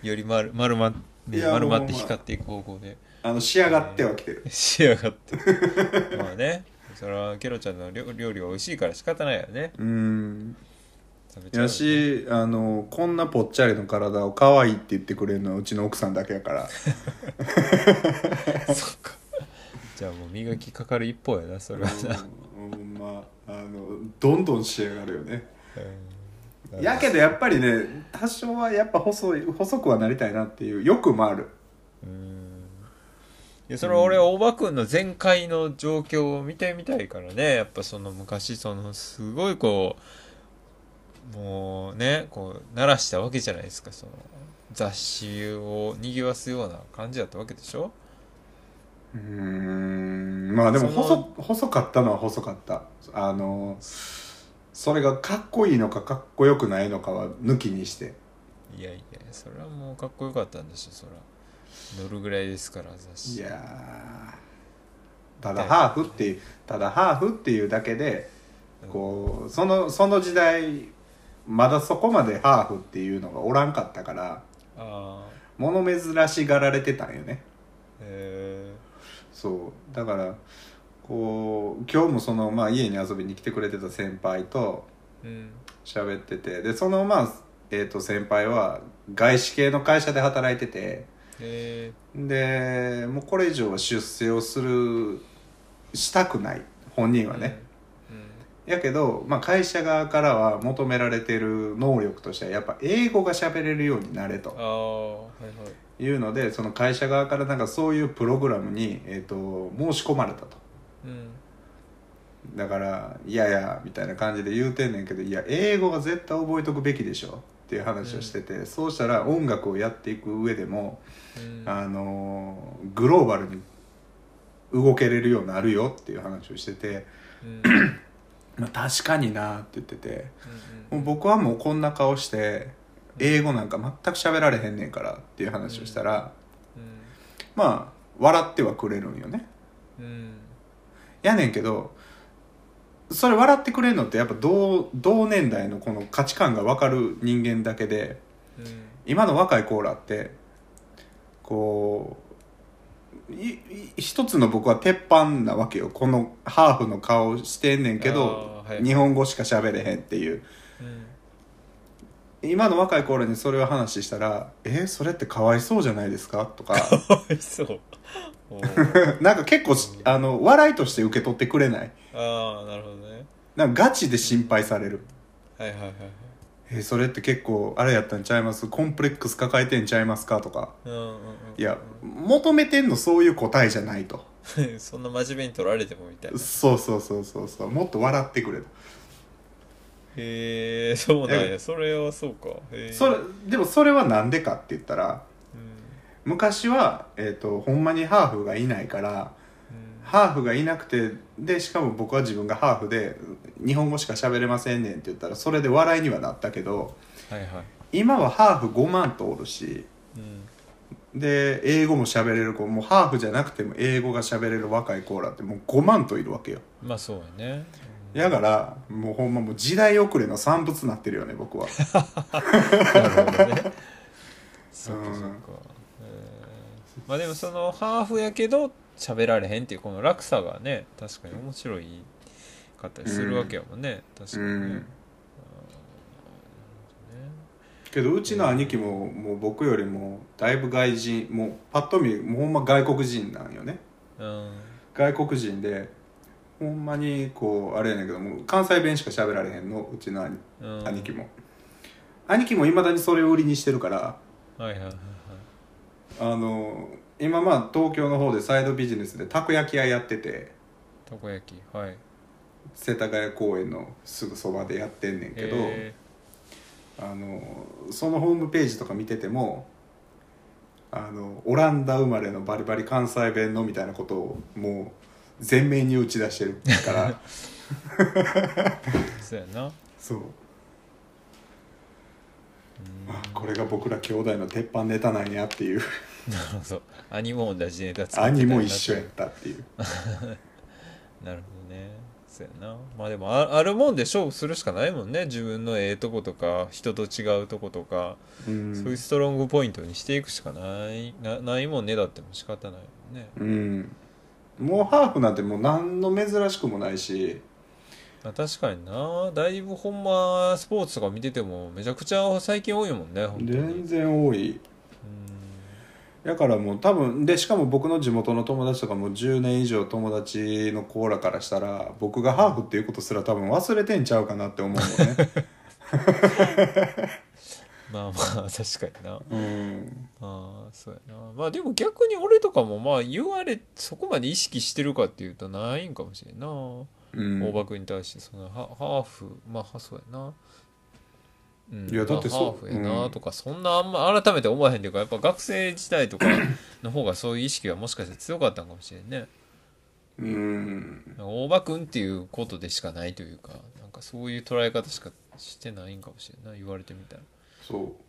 より丸丸ま,、
い
ね、
や
丸まっ
もう
て
まあ
光っていく方向で
あの仕上がってはきてる
仕上がってまあねそれはケロちゃんの料料理は美味しいから仕方ないよね
うん
食べちゃうよ
やしあのこんなぽっちゃりの体を可愛いって言ってくれるのはうちの奥さんだけやから
そっかじゃあもう磨きかかる一方やなそれはな、
うんまああのどんどん仕上がるよね
うん
やけどやっぱりね多少はやっぱ細い細くはなりたいなっていう欲もある
うんいやそれは俺大場君の前回の状況を見てみたいからねやっぱその昔そのすごいこうもうねこう鳴らしたわけじゃないですかその雑誌を賑わすような感じだったわけでしょ
うんまあでも
そ
細
の
細かったのは細かったあのそれがかっこいいのかかっこよくないのかは抜きにして
いやいやそれはもうかっこよかったんでしょそら乗るぐらいですから雑誌
いやーただハーフっていうただハーフっていうだけでこうそのその時代まだそこまでハーフっていうのがおらんかったから
ああ
物珍しがられてたんよね
へ
そうだからこう今日もその、まあ、家に遊びに来てくれてた先輩と
えうん
喋っててでそのまあ、えー、と先輩は外資系の会社で働いてて
へえ
でもうこれ以上は出世をするしたくない本人はね、やけど、まあ、会社側からは求められてる能力としてはやっぱ英語が喋れるようになれ
あ
と
あはいはい
いうのでその会社側からなんかそういうプログラムに、えー、と申し込まれたと。
うん
だから「いやいや」みたいな感じで言うてんねんけど「いや英語は絶対覚えとくべきでしょ」っていう話をしてて、そうしたら音楽をやっていく上でも、
うん
あのーグローバルに動けれるようになるよっていう話をしてて
うん
「まあ、確かにな」って言ってて
うん
もう僕はもうこんな顔して英語なんか全く喋られへんねんからっていう話をしたら、まあ笑ってはくれるんよね。
うんうん
やねんけどそれ笑ってくれるのってやっぱ同同年代のこの価値観が分かる人間だけで
うん
今の若いコーラってこういい一つの僕は鉄板なわけよこのハーフの顔してんねんけど
あ、ーはい
日本語しか喋れへんっていう
うん
今の若いコーラにそれを話したら「えそれってかわいそうじゃないですか?」とか
かわいそうおー
なんか結構しあの笑いとして受け取ってくれない
ああなるほどね
なんかガチで心配される
はいはいはいはい
えそれって結構あれやったんちゃいますコンプレックス抱えてんちゃいますかとか
うんうんうん
いや求めてんのそういう答えじゃないと
そんな真面目に取られてもみたいな
そうそうそうそうそうもっと笑ってくれと
へえそうなん
え
やそれはそうかへえ
それでもそれはなんでかって言ったら
うん
昔は、えー、とほんまにハーフがいないから
うん
ハーフがいなくてでしかも僕は自分がハーフで日本語しか喋れませんねんって言ったらそれで笑いにはなったけど
はいはい
今はハーフ5万とおるし
うん
で英語も喋れる子もうハーフじゃなくても英語が喋れる若い子らってもう5万といるわけよ
まあそうやね
やからもうほんまもう時代遅れの産物になってるよ ね僕は
なるほどね そうかそうか、えーまあでもそのハーフやけど喋られへんっていうこの落差がね確かに面白いかったりするわけやもんね、確か
う
にね,、
んけどうちの兄貴ももう僕よりもだいぶ外人もうパッと見もうほんま外国人なんよね
うん
外国人でほんまにこうあれやねんけどもう関西弁しか喋られへんのうちの兄,、
うん
兄貴も兄貴もいまだにそれを売りにしてるから
はいはいはいはい
あの今まあ東京の方でサイドビジネスでたこ焼き屋やってて
たこ焼きはい
世田谷公園のすぐそばでやってんねんけど、
え
あのそのホームページとか見ててもあのオランダ生まれのバリバリ関西弁のみたいなことをもう全面に打ち出してるから
ーそうやな
そう、あこれが僕ら兄弟の鉄板ネタなんやっていう
なるほど兄も同じネタ作ってたんだ
兄も一緒やったっていう
なるほどねそうやなまあでもああるもんで勝負するしかないもんね自分のええとことか人と違うとことか、
うん
そういうストロングポイントにしていくしかないなないもんねだっても仕方ないもんね、
うんもうハーフなんてもう何の珍しくもないし
まあ、確かになだいぶほんまスポーツとか見ててもめちゃくちゃ最近多いもんね本当に
全然多い
うん
だからもう多分でしかも僕の地元の友達とかも10年以上友達のコーラからしたら僕がハーフっていうことすら多分忘れてんちゃうかなって思うの ね
まあまあ確かにな
うん
ああそうやなまあでも逆に俺とかもまあ言われそこまで意識してるかっていうとないんかもしれんな
うん
大場君に対してそのハハーフまあはそうやな、うん、
いやだって
まあ
そ
ハ
う
ーフやなとか、そんなあんま改めて思わへんというかやっぱ学生時代とかの方がそういう意識がもしかしたら強かったんかもしれんね
うん
なんか大場君っていうことでしかないというかなんかそういう捉え方しかしてないんかもしれんない言われてみたら
そ
なるほ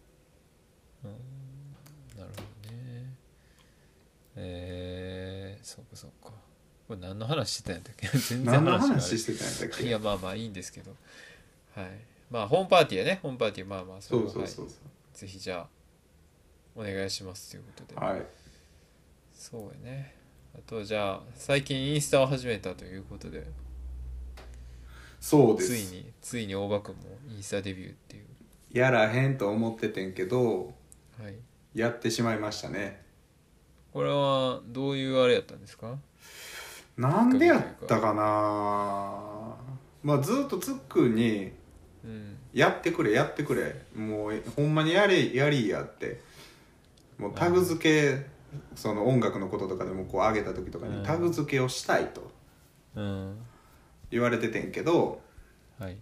どねえー、そうかそうかこれ何の話してたんやったっけ
う
全然
何の
話があれ
話してたんだっ
い
け
やまあまあいいんですけどはいまあ、ホームパーティーやね、ホームパーティー、まあまあ、れ
そ
は
うそうそうそ
はい、ぜひじゃあ、お願いしますということで。
うはい
そうやね。あと、じゃあ、最近インスタを始めたということで、
そうです
ついに、ついに大場君もインスタデビューっていう。
やらへんと思っててんけど
はい。
やってしまいましたね
これは、どういうあれやったんですか
なんでやったかなまあずっとつっくんに
うん。
「やってくれやってくれもうほんまにやれやりや」ってもうタグ付けその音楽のこととかでもこう上げた時とか
うん
にタグ付けをしたいと
うん。
言われててんけど
はい。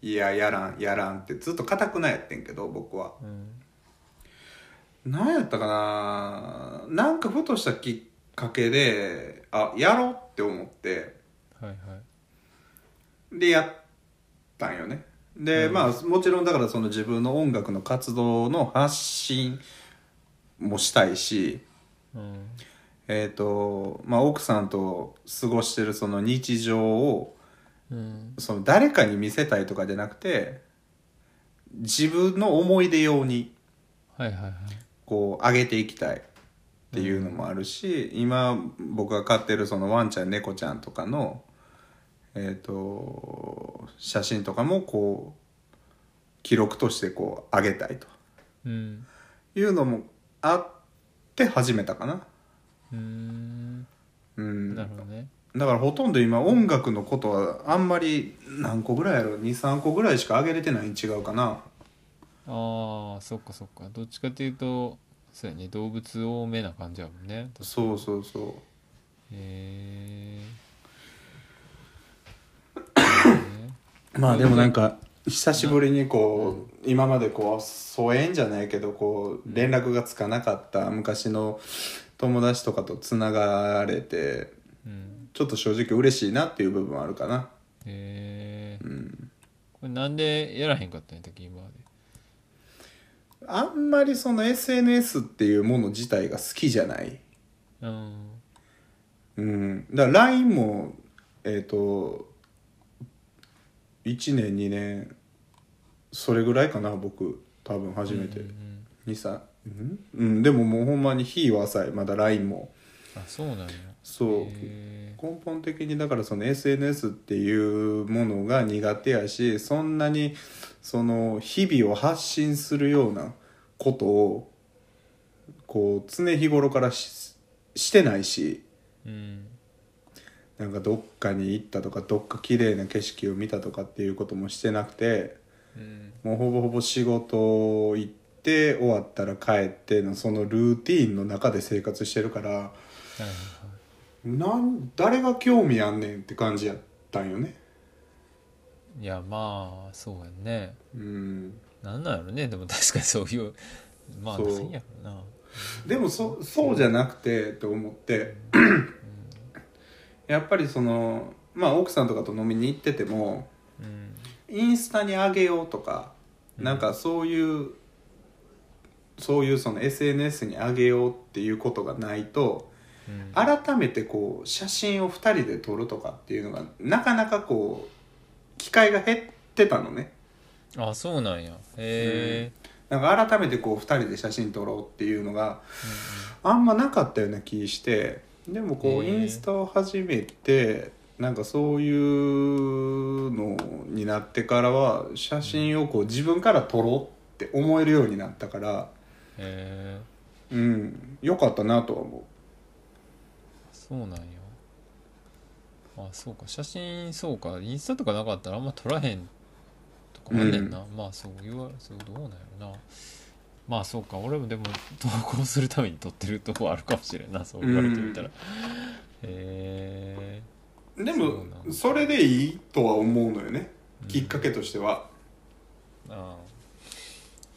いややらんやらんってずっと固くなやってんけど僕は
うん。
何やったかななんかふとしたきっかけであやろうって思って
はいはい。
でやったんよねで、
うん
まあもちろんだからその自分の音楽の活動の発信もしたいし
うん。
えっ、とまあ奥さんと過ごしてるその日常を
うん。
その誰かに見せたいとかじゃなくて自分の思い出用に
はいはいはい。
こう上げていきたいっていうのもあるし、今僕が飼ってるそのワンちゃん猫ちゃんとかの、えー、と写真とかもこう記録としてこう上げたいと
うん。
いうのもあって始めたかな。
うーん。
うん、
なるほどね。
だからほとんど今音楽のことはあんまり何個ぐらいやろ23個ぐらいしか上げれてないに違うかな
ああそっかそっかどっちかというとそうやね動物多めな感じやもんね
そうそうそう
へ
まあでもなんか久しぶりにこう、今までこう疎遠じゃないけどこう連絡がつかなかった昔の友達とかとつながれて
えうん
ちょっと正直嬉しいなっていう部分はあるかな
へえ
うん
これなんでやらへんかったんやったっけ今まで
あんまりその SNS っていうもの自体が好きじゃない
うん
うんだから LINE もえっ、と1年2年それぐらいかな僕多分初めて、
うんうん
にさ、うん、うん、でももうほんまに日は浅いまだ LINE も
あそうなんや
そう
へ
根本的にだからその SNS っていうものが苦手やしそんなにその日々を発信するようなことをこう常日頃からししてないし
えうん
なんかどっかに行ったとかどっか綺麗な景色を見たとかっていうこともしてなくて
うん
もうほぼほぼ仕事行って終わったら帰ってのそのルーティンの中で生活してるから
はいはいはい
なん誰が興味あんねんって感じやったんよね
いやまあそうやんね
うん
なんなんやろねでも確かにそういうまあ
そう
なんやろな
でもそそうじゃなくてと思ってやっぱりそのまあ奥さんとかと飲みに行ってても
うん
インスタに上げようとか
うん
なんかそういうそういうその SNS に上げようっていうことがないと
うん
改めてこう写真を2人で撮るとかっていうのがなかなかこう機会が減ってたのね
あそうなんやへえ
なんか改めてこう2人で写真撮ろうっていうのがあんまなかったような気してでもこう
へえ
インスタを始めてなんかそういうのになってからは写真をこう自分から撮ろうって思えるようになったから
へえ
うん良かったなとは思う
そうなんよあそうか写真そうかインスタとかなかったらあんま撮らへんとかあんねんな、まあそう言わそうどうなんやろなまあそうか俺もでも 投稿するために撮ってるとこあるかもしれんなそう言われてみたら、へえそ
で
う
も
なんだ
それでいいとは思うのよねきっか
け
けとしては。
ああ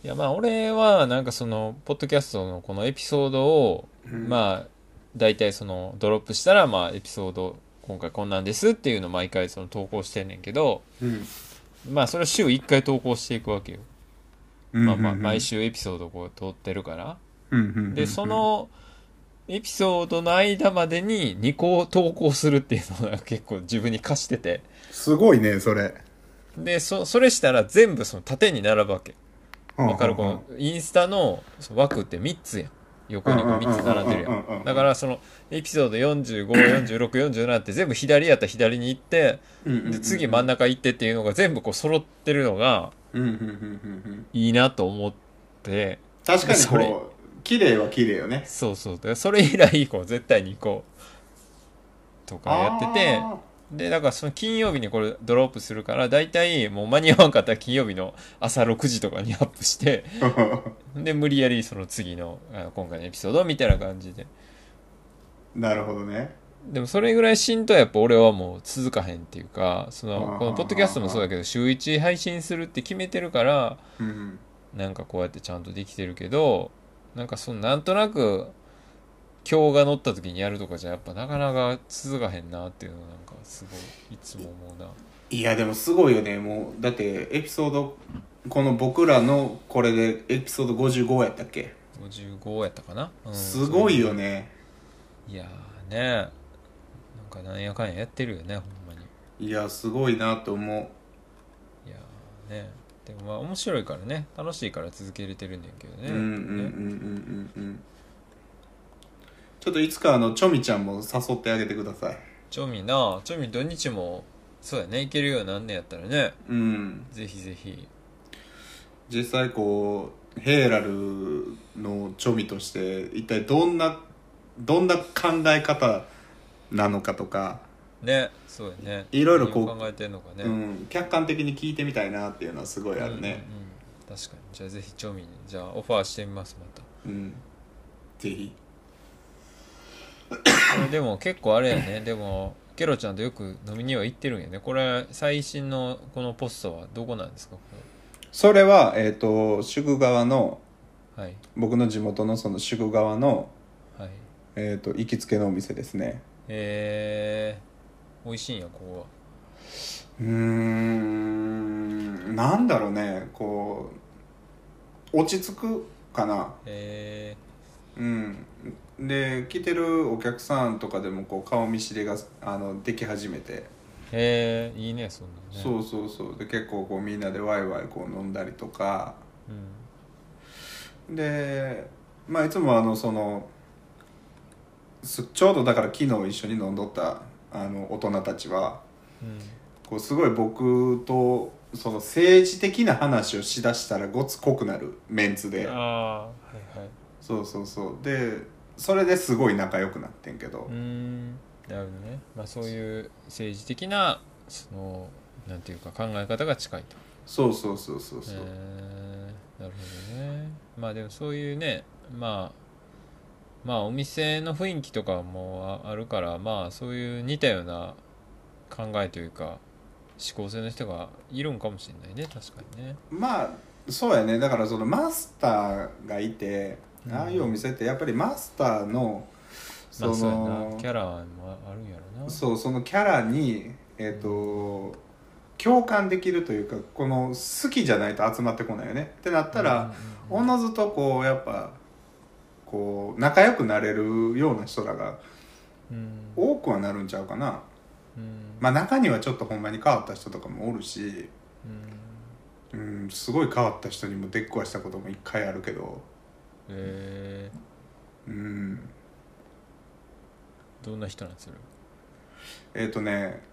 いやまあ俺はなんかそのポッドキャストのこのエピソードを
うん
まあ大体そのドロップしたらまあエピソード今回こんなんですっていうのを毎回その投稿してんねんけど
うん
まあそれを週1回投稿していくわけよ、まあ、まあ毎
週
週エピソードをこう撮ってるから
で
でそのエピソードの間までに2個投稿するっていうのが結構自分に課してて
すごいねそれ
でそそれしたら全部その縦に並ぶわけ
うん
わかるこのインスタのその枠って3つやん横にこう3つ並んでるや
うんうんうんうんうん
んだからそのエピソード454647って全部左やったら左に行って
うんうんうん
で次真ん中行ってっていうのが全部こう揃ってるのが
うんうんうんうんうん
いいなと思って
確かに
それ
こう綺麗は綺麗よね
そうそうだからそれ以来こう絶対に行こうとかやってて
あ
でだからその金曜日にこれドロップするから大体もう間に合わんかったら金曜日の朝6時とかにアップして
ー
で無理やりその次のあ今回のエピソードみたいな感じで
なるほどね
でもそれぐらいしんとやっぱ俺はもう続かへんっていうかそ
あ
の
ー
このポッドキャストもそうだけど週1配信するって決めてるから
うん
なんかこうやってちゃんとできてるけどなんかそのなんとなく今日が乗った時にやるとかじゃやっぱなかなか続かへんなっていうのなんかすごいいつも思うない
やでもすごいよねもうだってエピソードこの僕らのこれでエピソード55やったっけ、
55やったかな、うん
すごいよね
いやーねなんかなんやかんややってるよねほんまに
いやすごいなと思
いやーねでもまあ面白いからね楽しいから続けれてるんだけど
う、
ね
うんうんうんうん
ね
うんうんちょっといつかあのちょみちゃんも誘ってあげてください
チョミなチョミ土日もそうやね行けるようになんねやったらね
うん
ぜひぜひ
実際こうヘイラルのちょみとして一体どんなどんな考え方なのかとか、
ねそうやね
いろいろこう
何を考えてんのかね、
うん、客観的に聞いてみたいなっていうのはすごいあるね、
うんうんうん確かにじゃあぜひチョミにじゃあオファーしてみますまた
うん、ぜひ
これでも結構あれやねでもケロちゃんとよく飲みには行ってるんやねこれ最新のこのポストはどこなんですかこ
それはえっ、と宿川の
れはい
僕の地元のその宿川の、
はい
えー、と行きつけのお店ですね
えー、美味しいんやここは
うーんなんだろうねこう落ち着くかな
え
うんで来てるお客さんとかでもこう顔見知りがあのでき始めて、
ー、えー、いいねそんなんねう、
そうそうそうで結構こうみんなでワイワイこう飲んだりとか
ん、
でまあいつもあのそのすちょうどだから昨日一緒に飲んどったあの大人たちは
うん、
こうすごい僕とその政治的な話をしだしたらごつ濃くなるメンツで
ああはいはい
そうそうそうでそれですごい仲良くなってんけど
うーんなるほどね、まあ、そういう政治的なそのなんていうか考え方が近いと
そうそうそうそうそう、
えーなるほどねまあでもそういうねまあまあお店の雰囲気とかもああるからまあそういう似たような考えというか思考性の人がいるんかもしれないね確かにね
まあそうやねだからそのマスターがいて
うん
ああいうお店ってやっぱりマスターのそ
まあそうや
の
なキャラもあるんやろな
そうそのキャラにえっ、と共感できるというかこの好きじゃないと集まってこないよねってなったら、
うんう
お
んうん
のずとこうやっぱこう仲良くなれるような人らが
うん
多くはなるんちゃうかな
うん
まあ中にはちょっとほんまに変わった人とかもおるし
うん
うんすごい変わった人にも出っ壊したことも一回あるけど
え
うん
ー、どんな人なんする
えっ、とね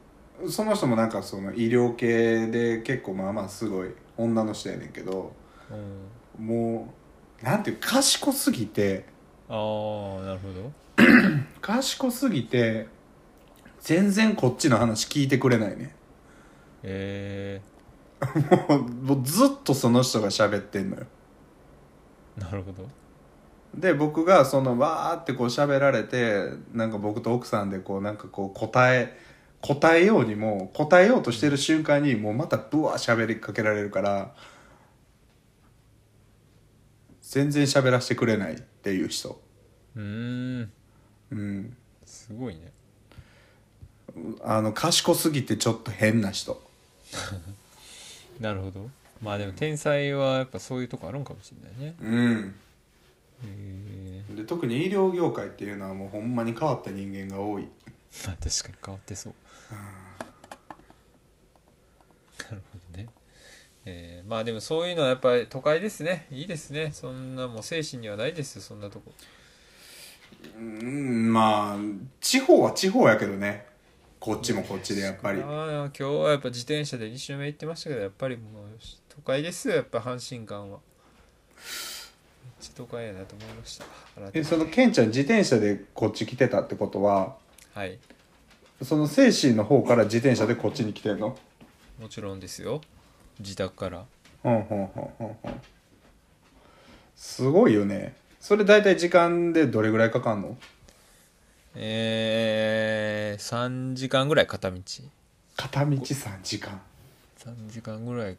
その人もなんかその医療系で結構まあまあすごい女の人やねんけど
うん
もうなんていう賢すぎて
ああなるほど
賢すぎて全然こっちの話聞いてくれないね
え
もうもうずっとその人が喋ってんのよ
ー、なるほど
で僕がそのわーってこう喋られてなんか僕と奥さんでこうなんかこう答え答えようにも答えようとしてる瞬間にもうまたブワー喋りかけられるから全然喋らせてくれないっていう人
うーん
うん
すごいね
あの賢すぎてちょっと変な人
なるほどまあでも天才はやっぱそういうとこあるんかもしれないね
うん
え
で特に医療業界っていうのはもうほんまに変わった人間が多い
ー、まあ確かに変わってそうね。えーまあでもそういうのはやっぱり都会ですね。いいですね。そんなもう精神にはないですよ、そんなとこ。
うんまあ地方は地方やけどねこっちもこっちでやっぱり
あー今日はやっぱ自転車で2周目行ってましたけど、やっぱりもう都会ですよ、やっぱ阪神間は。めっちゃ都会やなと思いました。改め
え
て
そのケンちゃん自転車でこっち来てたってことは
はい。
その精神の方から自転車でこっちに来てんの
もちろんですよ。自宅から。
ほんほんほんほんほんすごいよねそれ大体時間でどれぐらいかかんの
えー、3時間ぐらい片道。
片道3時間
3時間ぐらい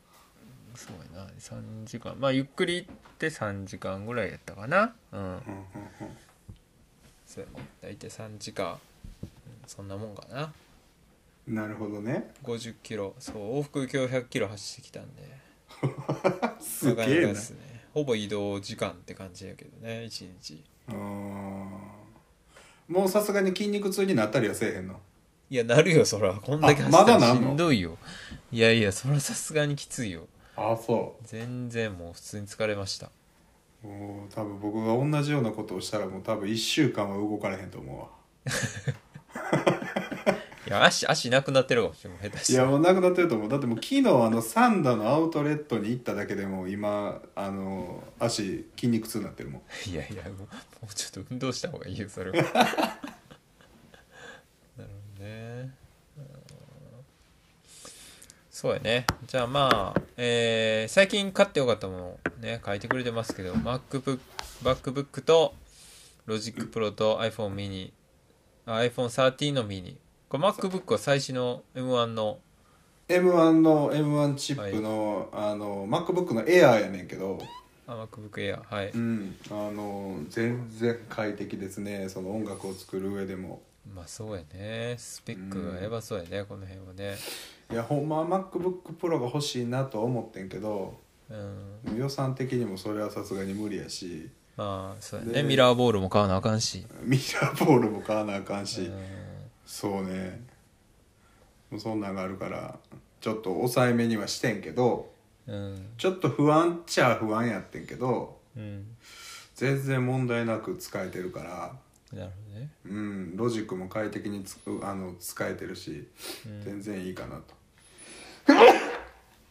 そうやな3時間まあゆっくり行って3時間ぐらいやったかなうん
うんうんうん
そうやね大体3時間うんそんなもんかな
なるほどね
50キロそう往復今日100キロ走ってきたんです
げ
なかな
え
か
な
ですねほぼ移動時間って感じやけどね一日
あーもうさすがに筋肉痛になったりはせえへんの
いやなるよそらこんだけ走った
まだ
ら
な
し
んの
んどいよいやいやそらさすがにきついよ
ああそ
全然もう普通に疲れました
うもう多分僕が同じようなことをしたらもう多分1週間は動かれへんと思うわ
いや足足なくなってるかもしれない下手し
い
たら
やもうなくなってると思うだってもう昨日あのサンダのアウトレットに行っただけでもう今あの足筋肉痛になってるもん
いやいやもうもうちょっと運動した方がいいよそれはなるほどねうんそうやねじゃあまあ、えー最近買ってよかったものをね書いてくれてますけど MacBook MacBook と LogicPro と iPhone mini あ iPhone13 の mini これ MacBook は最新の M1 の
M1 の M1 チップの,、あの MacBook の Air やねんけど、、
あ MacBook Air はいう
ん、あの全然快適ですねその音楽を作る上でも
まあそうやねスペックがやばそうやね、この辺はね
いやほんまは MacBookPro が欲しいなとは思ってんけど
うん
予算的にもそれはさすがに無理やし
まあそうやね
で
ミラーボールも買わなあかんし、
ミラーボールも買わなあかん
う
し、
ん、
そうねもうそんなんがあるからちょっと抑えめにはしてんけど
うん
ちょっと不安っちゃ不安やってんけど
うん
全然問題なく使えてるから
なるほどね、
うんロジックも快適につあの使えてるし
うん、
全然いいかなと、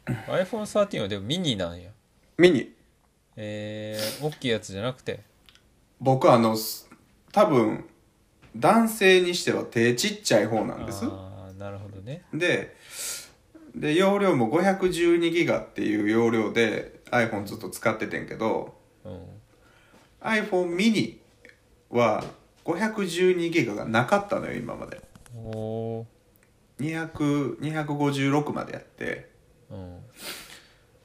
iPhone13 はでもミニなんや
ミニ
えー、大きいやつじゃなくて
僕あのす多分男性にしては手ちっちゃい方なんです
ああなるほどね
でで容量も512ギガっていう容量で iPhone ずっと使っててんけど、
うん
iPhone mini は512ギガがなかったのよ今まで
おー
200 256までやって
うん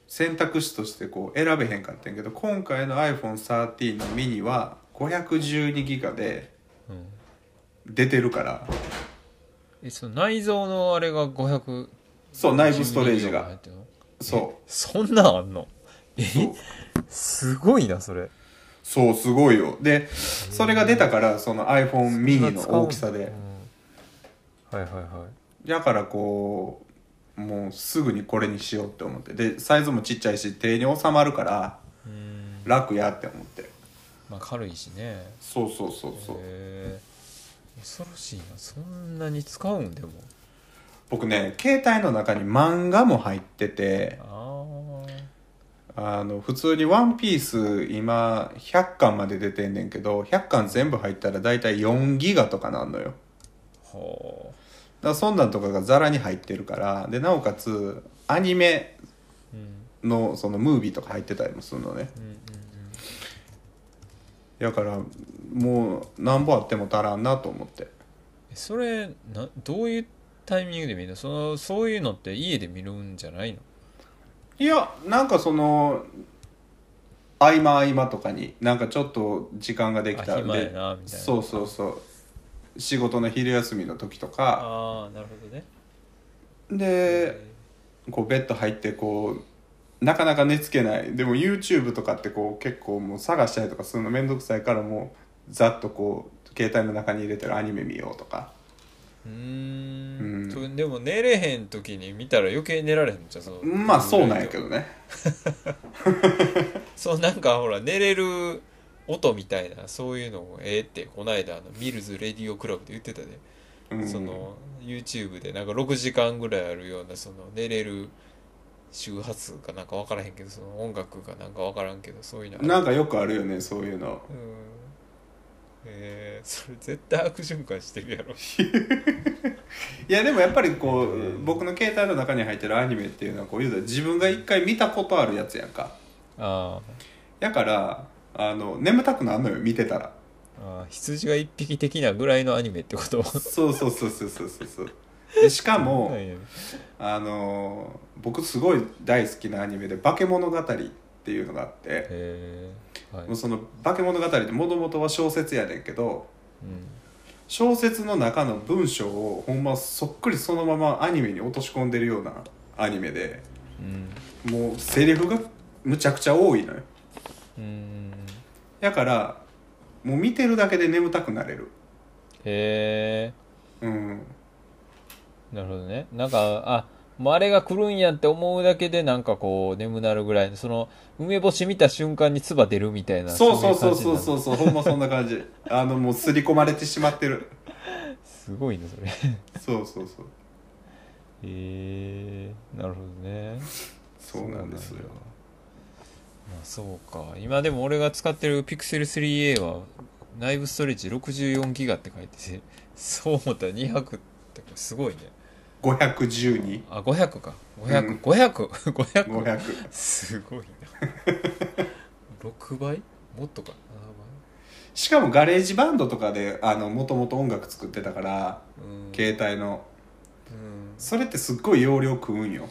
選択肢としてこう選べへんかったんやけど今回の iPhone13 の mini は512ギガで
うん
出てるから
えその内蔵のあれが500
そう内部ストレージ
入っ
が
てるの
そ
そんなんあんのえ
うそう
すごいなそれ
そうすごいよでそれが出たからその iPhone mini の大きさで
うんはいはいはい
だからこうもうすぐにこれにしようって思ってでサイズもちっちゃいし手に収まるから
うん
楽やって思って
まあ軽いしね
そうそうそうそう、
へー恐ろしいなそんなに使うんでも
僕ね携帯の中に漫画も入ってて
あ
あの普通に「ワンピース今100巻まで出てんねんけど100巻全部入ったら大体4ギガとかなんのよだか
あほ
らそんなんとかがザラに入ってるからでなおかつアニメ
ううん
のそのムービーとか入ってたりもするのね
うんうんうん
だからもうなんぼあっても足らんなと思って
えそれなどういうタイミングで見るのそのそういうのって家で見るんじゃないの
いやなんかその合間合間とかになんかちょっと時間ができた
あ
ん
暇や
で
なみたいな
そうそうそう仕事の昼休みの時とか
ああなるほどね
でこうベッド入ってこうなかなか寝つけないでも YouTube とかってこう結構もう探したりとかするの面倒くさいからもうざっとこう携帯の中に入れてるアニメ見ようとか
うーん
うん
とでも寝れへん時に見たら余計寝られへんじゃんその
まあそうなんやけどね
そうなんかほら寝れる音みたいなそういうのをええってこないだあのミルズ・レディオ・クラブで言ってたで、
うん
その YouTube でなんか6時間ぐらいあるようなその寝れる周波数かなんか分からへんけどその音楽かなんか分からんけどそういうのある
なんかよくあるよねそういうの
うんえー、それ絶対悪循環してるやろ
いやでもやっぱりこう僕の携帯の中に入ってるアニメっていうのはこういうたら自分が一回見たことあるやつやんか
あ
やからあの眠たくなんのよ見てたら
あ羊が一匹的なぐらいのアニメってこと
そうそうそうそうそうそうそうでしかも、
なんや
あのー僕すごい大好きなアニメで「化け物語」っていうのがあって、
へえはい
もうその「化け物語」ってもともとは小説やねんけど
うん
小説の中の文章をほんまそっくりそのままアニメに落とし込んでるようなアニメで
うん
もうセリフがむちゃくちゃ多いのよ
うん
だからもう見てるだけで眠たくなれる
へえ
うん
なるほどね。なんか、あ、もうあれが来るんやって思うだけでなんかこう眠なるぐらいの、その梅干し見た瞬間に唾出るみたいな。
そうそうそうそ
う
う
い感じにな
そ
る。
うそうほんまそんな感じあのもう刷り込まれてしまってる
すごいね、それ。へ
そうそうそう
えなるほどね。
そうなんです
そう
よ
なんだまあそうか。今でも俺が使ってる Pixel 3a は内部ストレージ64ギガって書いてて、そう思ったら200ってすごいね。
512
あ、500か。
う
500、
ん
500、500。
500
すごいな6倍もっとか
しかもガレージバンドとかでもともと音楽作ってたから
7倍うん、
携帯の
うん、
それってすっごい容量食うんよ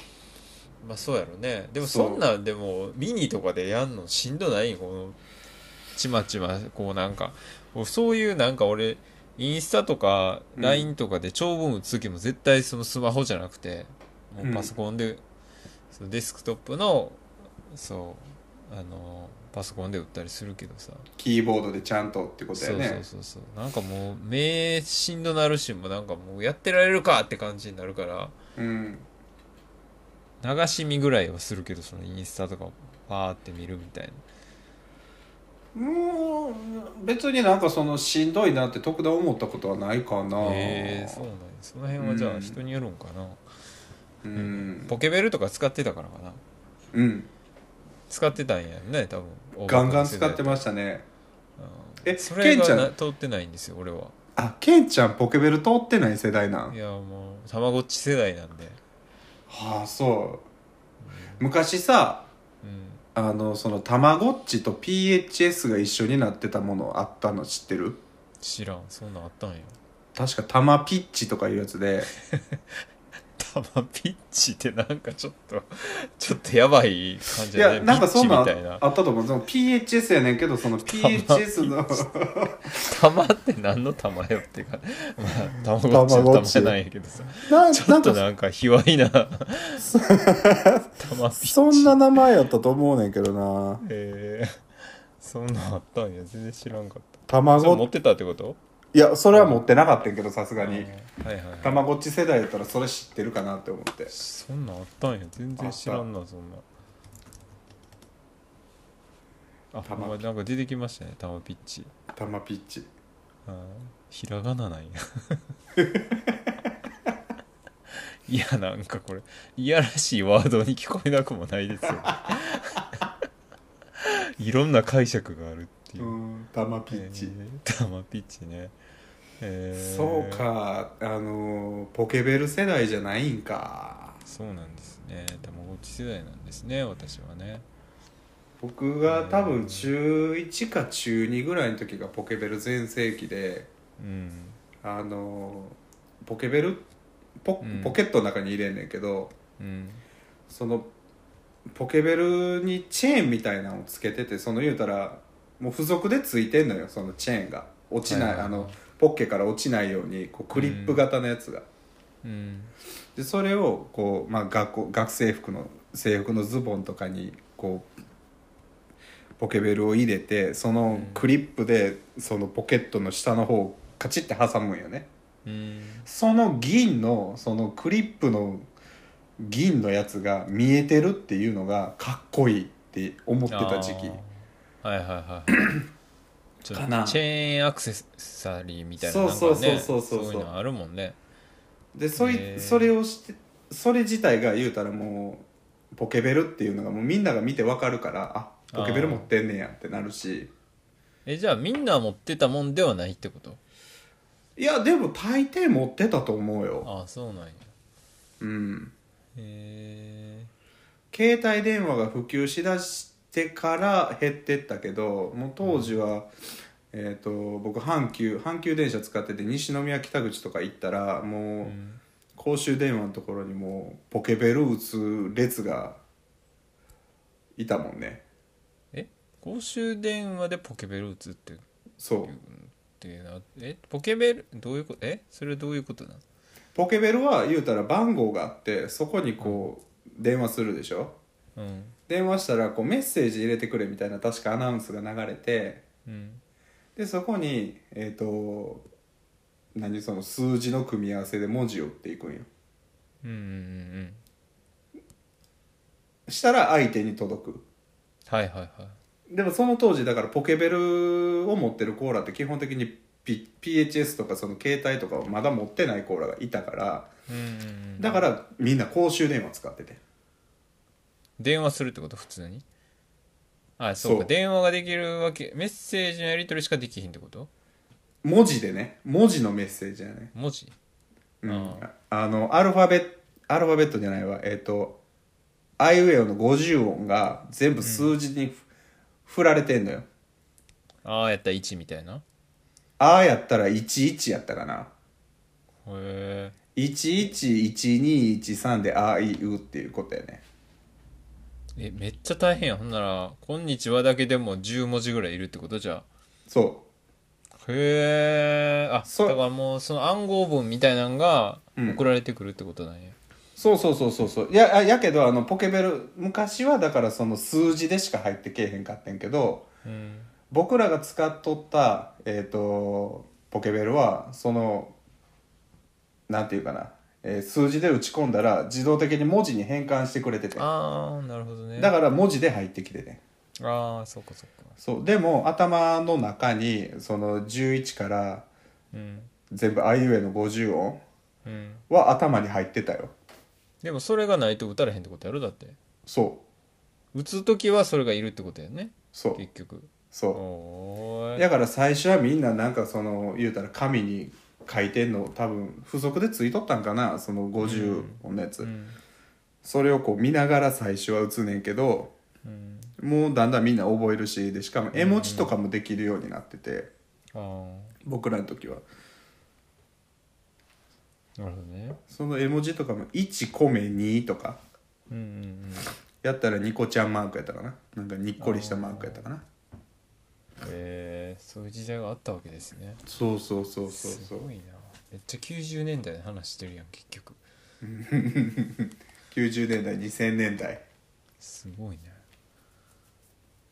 まあそうやろねでも
そう
そんなんでもミニとかでやんのしんどないこのちまちまこうなんか俺そういうなんか俺インスタとか
うん
LINE とかで長文打つ時も絶対そのスマホじゃなくてもううんパソコンで、そのデスクトップのそうあのパソコンで打ったりするけどさ、
キーボードでちゃんとってことやね
そうそうそうそうなんかもう目しんどなるしもうなんかもうやってられるかって感じになるから
うん
流し見ぐらいはするけどそのインスタとかパーって見るみたいな
もう別になんかそのしんどいなって特段思ったことはないかな
へえそうなんやその辺はじゃ
う
あ
ん
人によるんかな、
うん
ポケベルとか使ってたからかな
うん
使ってたんやね多分
ガンガン使って
す
ましたね
え
え
それが
ケンちゃん
な通ってないんですよ俺は
あケンちゃんポケベル通ってない世代なん
いやもうたまごっち世代なんで
はあそう昔さあのそのたまごっちと PHS が一緒になってたものあったの知ってる
知らんそんなんあったんや
確かたまピッチとかいうやつで
たまピッチってなんかちょっとちょっとやばい感じ
い
だね
やなんかそんなんあ
ピッチみたいな
ったと思うその PHS やねんけどその PHS の
玉って何の玉よっていうかまあ卵っち
たまご
の
っち
玉なんやけどさ
な
ちょ
な
っ
ん
と
か
なんか卑猥な玉ピッチ
そんな名前やったと思うねんけどな
えー、そんなんあったんや全然知らんかった
た
それ持
ま
ってたってこと
いやそれは持ってなかったんやけどさすがに
あーはいはい
た
はい
まごっち世代やったらそれ知ってるかなって思って
そんなんあったんや全然知らんなそんなあ
た
ほ
ま
んまなんか出てきましたね玉ピッチ
たまピッチ
あーひらがななんや いやなんかこれいやらしいワードに聞こえなくもないですよね いろんな解釈があるっていうう、
んたまピッチ、
えー玉ピッチね、えー
そうかあのーポケベル世代じゃないんか
そうなんですねたまごっち世代なんですね私はね
僕が多分中1か中2ぐらいの時がポケベル全盛期で
うん
あのーポケベルポ
うん
ポケットの中に入れんねんけど、
うん
そのポケベルにチェーンみたいなのをつけててその言うたらもう付属でついてんのよそのチェーンが落ちない、
はいはいはい
あのポッケから落ちないようにこうクリップ型のやつが、
うん
でそれをこう、まあ、学校学生服の制服のズボンとかにこうポケベルを入れてそのクリップでそのポケットの下の方をカチッて挟むんよね、
うん
その銀のそのクリップの銀のやつが見えてるっていうのがかっこいいって思ってた時期
あーはいはいはい ちょっと
かな
チェーンアクセサリーみたいな
そうそう
なんかね
そうそうそうそう
そういうのあるもんね
でそ
へ
い
ー
それをしてそれ自体が言うたらもうポケベルっていうのがもうみんなが見てわかるからあポケベル持ってんねやってなるし
えじゃあみんな持ってたもんではないってこと
いやでも大抵持ってたと思うよ
ああそうなんや
うん
へ
携帯電話が普及しだしてから減ってったけどもう当時は、えー、と僕阪急阪急電車使ってて西宮北口とか行ったらもう、
えうん
公衆電話のところにもうポケベル打つ列がいたもんね
え公衆電話でポケベル打つって
そう
っていうのはえポケベルどういうことえそれどういうことなの
ポケベルは言うたら番号があってそこにこう電話するでしょ
うん
電話したらこうメッセージ入れてくれみたいな確かアナウンスが流れて
うん
でそこにえっ、と何その数字の組み合わせで文字を打っていくんよ
うんうんうん
したら相手に届く
はいはいはい
でもその当時だからポケベルを持ってるコーラって基本的に、P、PHS とかその携帯とかをまだ持ってないコーラがいたから
うんうんうん
だからみんな公衆電話使ってて
電話するってこと普通にあそうか
そう
電話ができるわけメッセージのやり取りしかできひんってこと
文字でね文字のメッセージやね
文字
うん
あ
あのアルファベットアルファベットじゃないわえっ、とアイウェオの50音が全部数字にふ、振られてんのよ
ああやったら1みたいなへ
ああやったら11やったかな
え
111213であいうっていうことやね
えめっちゃ大変やほんなら「こんにちは」だけでも10文字ぐらいいるってことじゃ
そ
あへえあ
そう
だからもうその暗号文みたいなんが
うん
送られてくるってことなんや、
うそうそうそうそうそういやあやけどあのポケベル昔はだからその数字でしか入ってけえへんかってんけど
うん、
僕らが使っとった、えー、とポケベルはそのなんていうかな、えー数字で打ち込んだら自動的に文字に変換してくれてて
ああなるほどね
だから文字で入ってきてね
ああそっかそっか
そうでも頭の中にその11から
うん
全部あいうえの50音
うん
は頭に入ってたよ
でもそれがないと打たれへんってことやろだって
そう
打つ時はそれがいるってことやね
そう
結局
そう
おーい
だから最初はみんななんかその言うたら紙に書いてんの多分付属でついとったんかなその50音のやつ、
うん
それをこう見ながら最初は打つねんけど
うん
もうだんだんみんな覚えるしでしかも絵文字とかもできるようになってて、
あ
僕らの時は
あなるほどね
その絵文字とかも1個目2とか
うんうんうん
やったらニコちゃんマークやったかななんかにっこりしたマークやったかな
えー、そういう時代があったわけですね
そうそうそうそう
す
そう
ごいなめっちゃ90年代の話してるやん結局
90年代2000年代
すごいね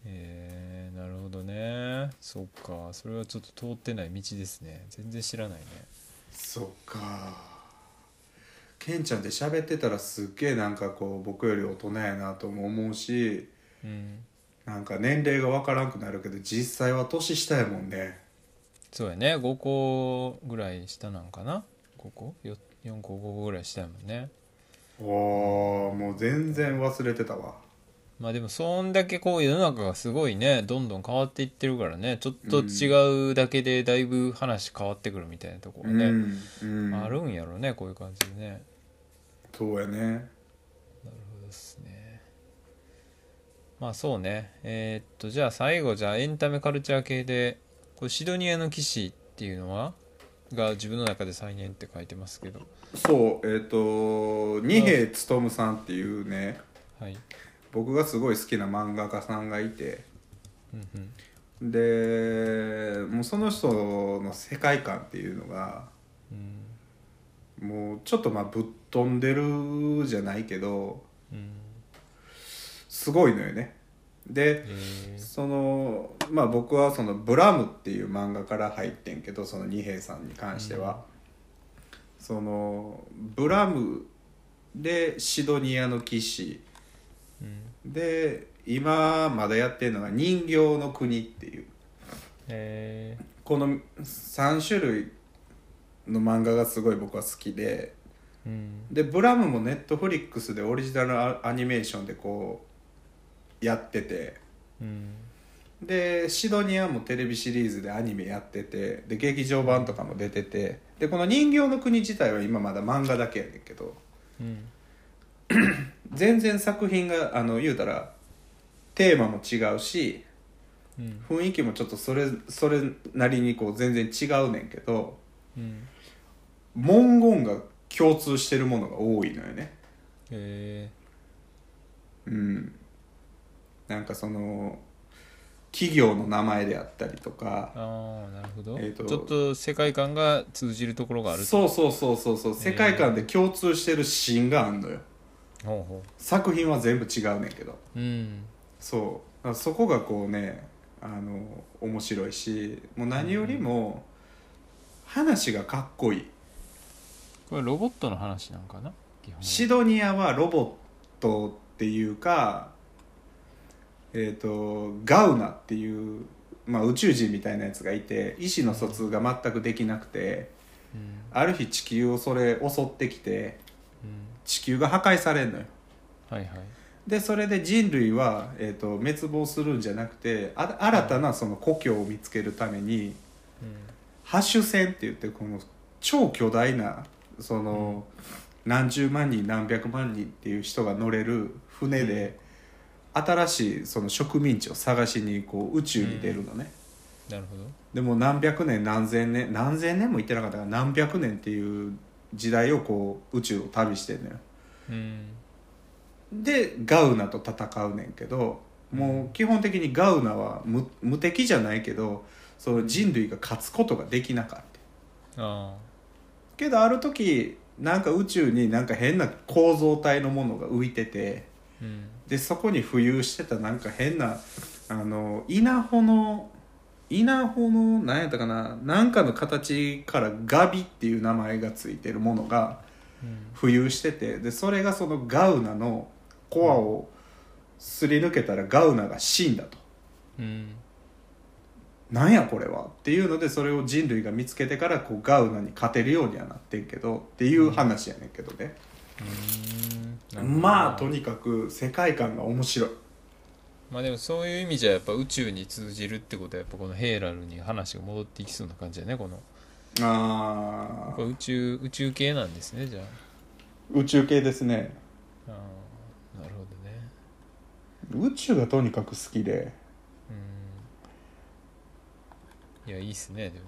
えー、なるほどねそっかそれはちょっと通ってない道ですね全然知らないね
そっかケンちゃんって喋ってたらすっげえなんかこう僕より大人やなとも思うし
うん
なんか年齢がわからんくなるけど実際は年下やもんね
そうやね5個ぐらい下なんかな5個よ4個5個ぐらい下やもんね
おーもう全然忘れてたわ
まあでもそんだけこう世の中がすごいねどんどん変わっていってるからねちょっと違うだけでだいぶ話変わってくるみたいなところね、
うん、うん、
あるんやろねこういう感じでね
そうやね
そうですねまあそうねえーっとじゃあ最後じゃあエンタメカルチャー系でこれシドニアの騎士っていうのはが自分の中で再燃って書いてますけど
そうえっ、と二瓶勉さんっていうね
はい
僕がすごい好きな漫画家さんがいて
うんうん
でもうその人の世界観っていうのが
うん
もうちょっとまあぶっ飛んでるじゃないけど
うん
すごいのよねで
えー
そのまあ僕はその「ブラム」っていう漫画から入ってんけどその二平さんに関しては、そのブラムでシドニアの騎士
うん
で今まだやってるのが「人形の国」っていう
え
この3種類の漫画がすごい僕は好きで
ーうん
でブラムもネットフリックスでオリジナルアアニメーションでこうやってて
うん
でシドニアもテレビシリーズでアニメやっててで劇場版とかも出ててでこの「人形の国」自体は今まだ漫画だけやねんけど
うん
全然作品があの言うたらテーマも違うし
うん
雰囲気もちょっとそれそれなりにこう全然違うねんけど
うん
文言が共通してるものが多いのよね
え
うんなんかその企業の名前であったりとか
ー、ああなるほど、
えーと
ちょっと世界観が通じるところがある
そうそうそうそうそう世界観で共通してるシーンがあんのよ
ほうほ
作品は全部違うねんけど
ううん
そうだからそこがこうねあの面白いしもう何よりも話がかっこいい
これロボットの話なんかな基本
シドニアはロボットっていうか、えー、とガウナっていう、まあ、宇宙人みたいなやつがいて意思の疎通が全くできなくて
うん
ある日地球をそれ襲ってきて
うん
地球が破壊されんのよ
はいはい
でそれで人類は、えー、と滅亡するんじゃなくてあ新たなその故郷を見つけるために
うん
ハッシュ船って言ってこの超巨大なその、何十万人何百万人っていう人が乗れる船で、新しいその植民地を探しにこう宇宙に出るのね、
なるほど
でも何百年何千年何千年も行ってなかったから何百年っていう時代をこう宇宙を旅してんのよ
うん
でガウナと戦うねんけどもう基本的にガウナは無無敵じゃないけどその人類が勝つことができなかった
あ
けどある時なんか宇宙になんか変な構造体のものが浮いてて
あうん
でそこに浮遊してたなんか変なあの稲穂の稲穂の何やったかななんかの形からガビっていう名前がついてるものが
うん
浮遊しててでそれがそのガウナのコアをすり抜けたらガウナが死んだと。
うん
なんやこれはっていうのでそれを人類が見つけてからこうガウナに勝てるようにはなってんけどっていう話やねんけどね。
うーん
まあと
に
にかく世界観が面白い
まあでもそういう意味じゃやっぱ宇宙に通じるってことはやっぱこのヘイラルに話が戻っていきそうな感じだねこの
あ
これ宇宙宇宙系なんですねじゃあ
宇宙系ですね
あーなるほどね
宇宙がとにかく好きで
うんいやいいっすねでも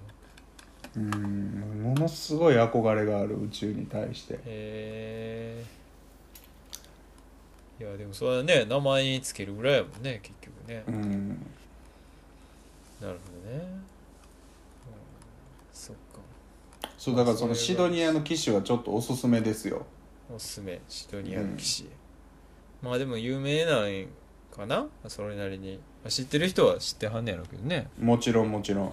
うんものすごい憧れがある宇宙に対して
へえいやでもそれはね名前につけるぐらいやもんね結局ね
うん
なるほどね、うんそっか
そうだからそのシドニアの騎士はちょっとおすすめですよ
おすすめシドニアの騎士、まあでも有名なんかなそれなりにまあ知ってる人は知ってはんねやろうけどね
もちろんもちろん
うん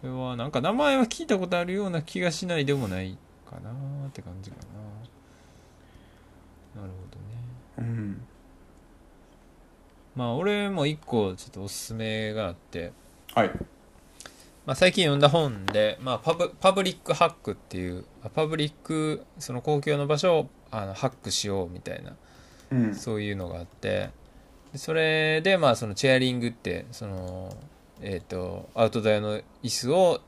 これはなんか名前は聞いたことあるような気がしないでもないかなって感じかななるほどね
うん
まあ俺も一個ちょっとおすすめがあって、
はい
まあ、最近読んだ本で、まあ、パブパブリックハックっていうあパブリックその公共の場所をあのハックしようみたいな
うん
そういうのがあってでそれでまあそのチェアリングってそのえっ、とアウトドアの椅子を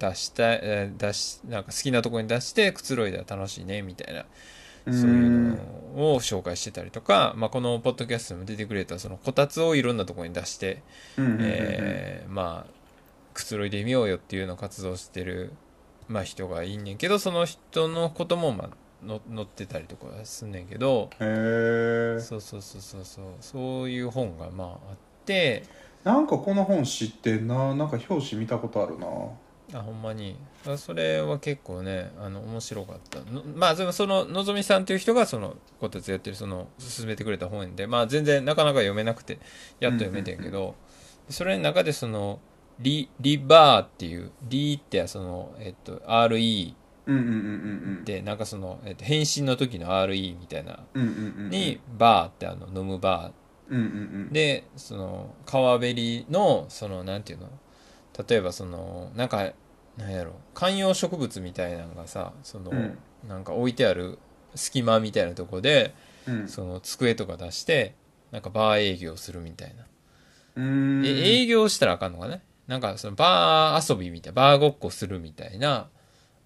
出したいえー出しなんか好きなところに出してくつろいだら楽しいねみたいな
う
そういうんのを紹介してたりとか、まあ、このポッドキャストにも出てくれたそのこたつをいろんなところに出して、
うん
えーまあくつろいでみようよっていうような活動をしてる、まあ、人がいんねんけどその人のことも、まあ、の載ってたりとかはすんねんけど
へえ
そうそうそうそうそうそういう本がまああって
なんかこの本知ってんななんか表紙見たことあるな
あほんまにあそれは結構ねあの面白かったのまあでもそののぞみさんという人がそのこたつやってるその勧めてくれた本でまあ全然なかなか読めなくてやっと読めてんけど、それの中でそのリリバーっていうリーってそのえっと RE
うんうんうん
でなんかその、えっと、返信の時の RE みたいな
うんうんうんうんうん
にバーってあの飲むバ
うんうん
ーでその川べりのそのなんていうの例えばそのなんかなんやろ観葉植物みたいなのがさその、
うんうん
なんか置いてある隙間みたいなとこで
うん
その机とか出してなんかバー営業するみたいな、
うーん
え営業したらあかんのかねなんかそのバー遊びみたいなバーごっこするみたいな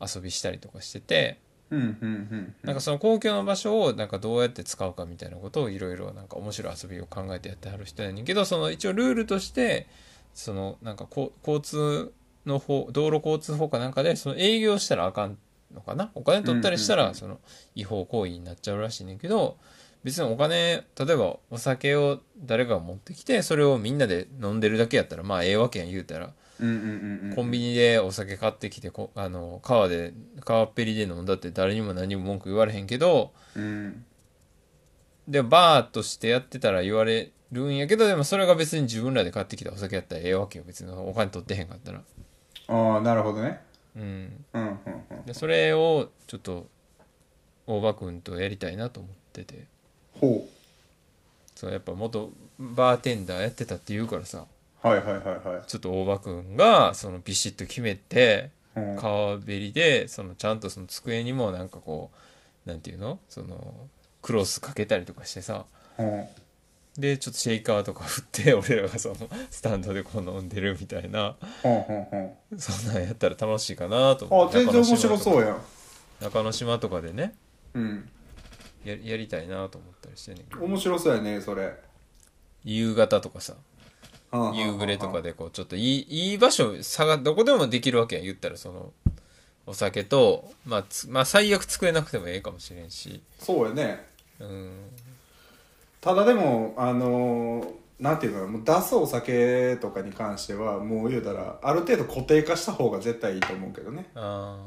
遊びしたりとかしてて
うんうんうん
なんかその公共の場所をなんかどうやって使うかみたいなことをいろいろなんか面白い遊びを考えてやってはる人やねんけどその一応ルールとしてそのなんかこう交通の方道路交通法かなんかでその営業したらあかんのかなお金取ったりした
うんうんう
ら
ん
その違法行為になっちゃうらしいねんけど別にお金例えばお酒を誰かが持ってきてそれをみんなで飲んでるだけやったらまあええわけやん言うたら
うんうんうんうん
コンビニでお酒買ってきてこあの川で川っぺりで飲んだって誰にも何も文句言われへんけど
うん
でバーとしてやってたら言われるんやけどでもそれが別に自分らで買ってきたお酒やったらええわけよ別にお金取ってへんかったら
ああなるほどね
うん
うんうんうん
でそれをちょっと大場君とやりたいなと思ってて
ほ
そうやっぱ元バーテンダーやってたって言うからさ
うはいはいはいは
ちょっと大場君がそのビシッと決めて
いうん
川べりでそのちゃんとその机にもなんかこうなんていうのそのクロスかけたりとかしてさ
うん
でちょっとシェイカーとか振って 俺らがそのスタンドでこう飲んでるみたいな
ほんほんほん
そんなんやったら楽しいかなと思
あ
って
全然面白そううやん
中之島とかでね
うん
ややりたいなと思ったりしてんねんけど
面白そうやねそれ
夕方とかさ夕暮れとかでこうちょっといいいい場所探どこでもできるわけやん言ったらそのお酒と、まあ、つまあ最悪作れなくてもええかもしれんし
そうやね
うん
ただでもあのーなんていうのもう出すお酒とかに関してはもう言うたらある程度固定化した方が絶対いいと思うけどね
あ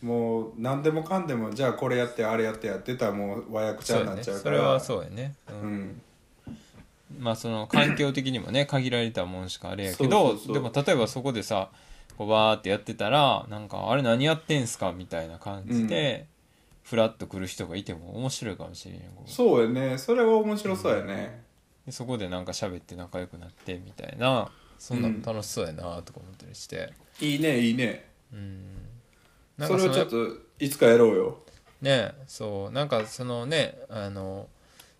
もう何でもかんでもじゃあこれやってあれやってやってたらもう和訳
あ
ち
そ
ゃ
うう
にな
や
っ
ね
ちゃう
そ
か
れ
ら
はそうやねうん
うん
まあその環境的にも ね限られたもんしかあれやけ
そう
ど
そうそう
でも例えばそこでさこうバーってやってたらなんかあれ何やってんすかみたいな感じで、フラッと来る人がいても面白いかもしれんやんこう
そうやねそれは面白そうやね
でそこでなんか喋って仲良くなってみたいなそんなの楽しそうやなとか思ったりして
いいねいいね
うんなん
そ
か
れ
そ
を
の
ちょっといつかやろうよ
ねそうなんかそのねあの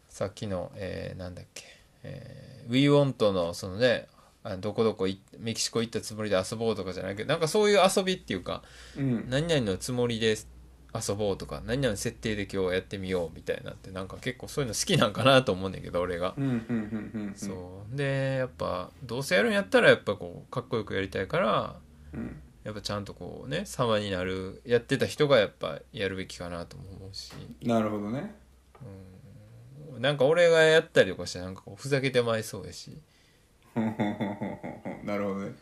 さっきの、えーなんだっけ、えー、WeWant のそのねあどこどこいメキシコ行ったつもりで遊ぼうとかじゃないけどなんかそういう遊びっていうか
うん
何々のつもりで遊ぼうとか何々の設定で今日やってみようみたいなってなんか結構そういうの好きなんかなと思うねんだけど俺が
う。んうんうんうんうん
そうでやっぱどうせやるんやったらやっぱこうかっこよくやりたいから
うん
やっぱちゃんとこうね様になるやってた人がやっぱやるべきかなとも思うし。
なるほどね
なんか俺がやったりとかしてなんかこうふざけてまいそうやし
ふんふんふんふんふんふんなるほどね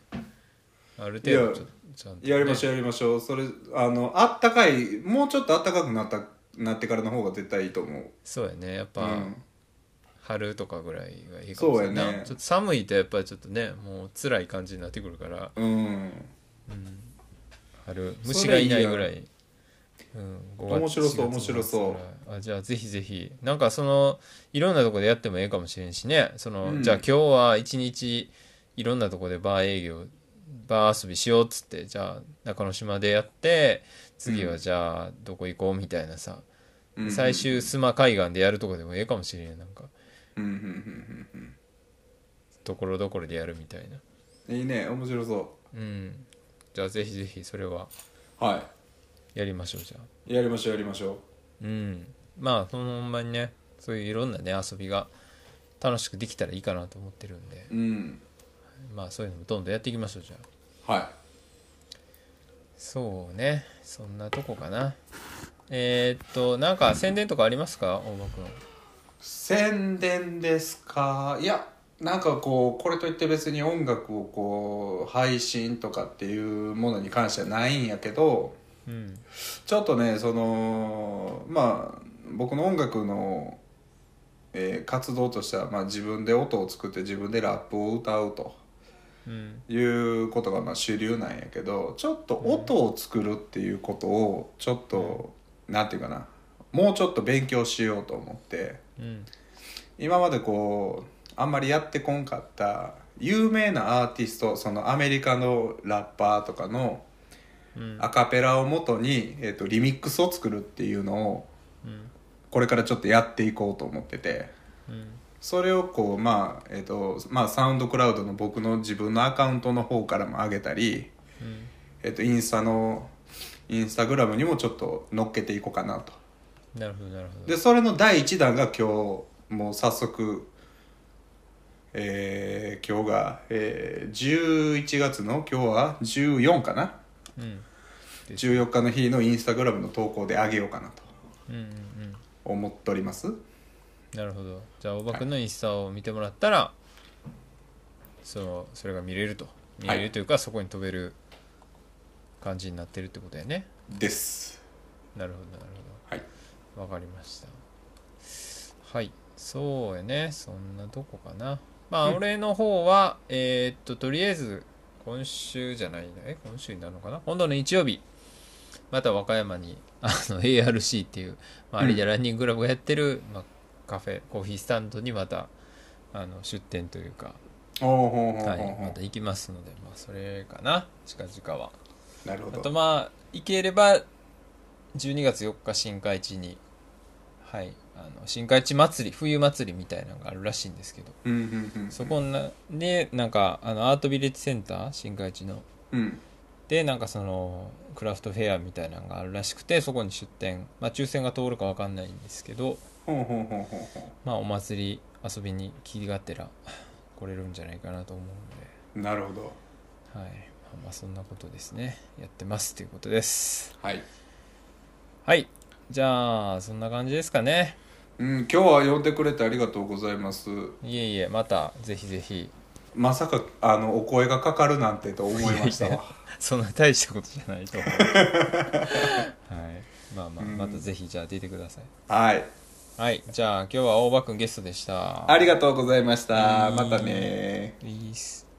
ある程度
いや
ちょちゃんとね、
やりましょ
う
うやりましょうそれあのあったかいもうちょっとあったかくなったなってからの方が絶対いいと思う
そうやねやっ
う
ぱ、
ん
春とかぐらいがいいかもしれな
そう
い、
やね
ちょっと寒いとやっぱりちょっとねもう辛い感じになってくるから
うん
春
それ
虫がいないぐらいうん、
面白そう面白そう
うあじゃあぜひぜひなんかそのいろんなとこでやってもええかもしれんしねその、
うん
じゃあ今日は一日いろんなとこでバー営業バー遊びしようっつってじゃあ中之島でやって次はじゃあどこ行こうみたいなさ、
うん
最終須磨海岸でやるとこでもええかもしれんやんなんか
うんうんうんうんうん
ところどころでやるみたいな
うんいいね面白そ
うんじゃあぜひぜひそれは
うは
やりましょうじゃあ
いやりましょうやりましょ
うんまあそのほんまにねそういういろんなね遊びが楽しくできたらいいかなと思ってるんで
ううん
まあそういうのもどんどんやっていきましょうじゃあ
は
そうねそんなとこかなえー、っとなんか宣伝とかありますか大場君
い宣伝ですかいやなんかこうこれといって別に音楽をこう配信とかっていうものに関してはないんやけど
うん
ちょっとねそのまあ僕の音楽の、えー活動としては、まあ、自分で音を作って自分でラップを歌うと
うん
いうことがまあ主流なんやけどちょっと音を作るっていうことをちょっと、なんていうかなもうちょっと勉強しようと思って
うん
今までこうあんまりやってこんかった有名なアーティストそのアメリカのラッパーとかの
うん
アカペラをもとに、えっとリミックスを作るっていうのを
うん
これからちょっとやっていこうと思ってて。
うん
それをこうまあえっ、とまあサウンドクラウドの僕の自分のアカウントの方からも上げたり、
うん
えっとインスタのインスタグラムにもちょっと乗っけていこうかなと
なるほどなるほど
でそれの第1弾が今日もう早速えー今日が、えー11月の今日は14かな
うん
14日の日のインスタグラムの投稿で上げようかなと
うんうんうん
思っております
なるほどじゃあ大場君のインスタを見てもらったら、そのそれが見れると見れるというか、そこに飛べる感じになってるってことやね
です
なるほどなる
はい
ほどわかりましたはいそうやねそんなとこかなまあ、
うん
俺の方はえーっととりあえず今週じゃないなえ今週になるのかな今度の日曜日また和歌山に あの ARC っていう、まあ、
うん
有田ランニングクラブがやってる、まあ、カフェコーヒースタンドにまたあの出店というか、
おーほうほうほう
はい、
ほう
また行きますので、まあ、それかな近々は
なるほ
あ
ど
とまあ行ければ12月4日新海地にはいあの新海地祭り冬祭りみたいなのがあるらしいんですけど
うんうんうん
そこなでなんかあのアートビレッジセンター新海地の
うん
でなんかそのクラフトフェアみたいなのがあるらしくてそこに出店まあ抽選が通るかわかんないんですけど
ほうほうほうほうほ
まあお祭り遊びに気がてら来れるんじゃないかなと思うの
うなるほど
ではいまあまあそんなことですねやってますということです
はい、
はい。じゃあ、そんな感じですかね。
うん、今日は呼んでくれてありがとうございます
いえいえ、また、ぜひぜひ。
まさかあのお声がかかるなんてと思いました
いやい
わ
そんな大したことじゃないと 思う。はい。まあまあ、
うん
またぜひ、じゃあ出てください。
はい
はい。じゃあ、今日は大場くんゲストでした。
ありがとうございました
うん
またね
いいっす。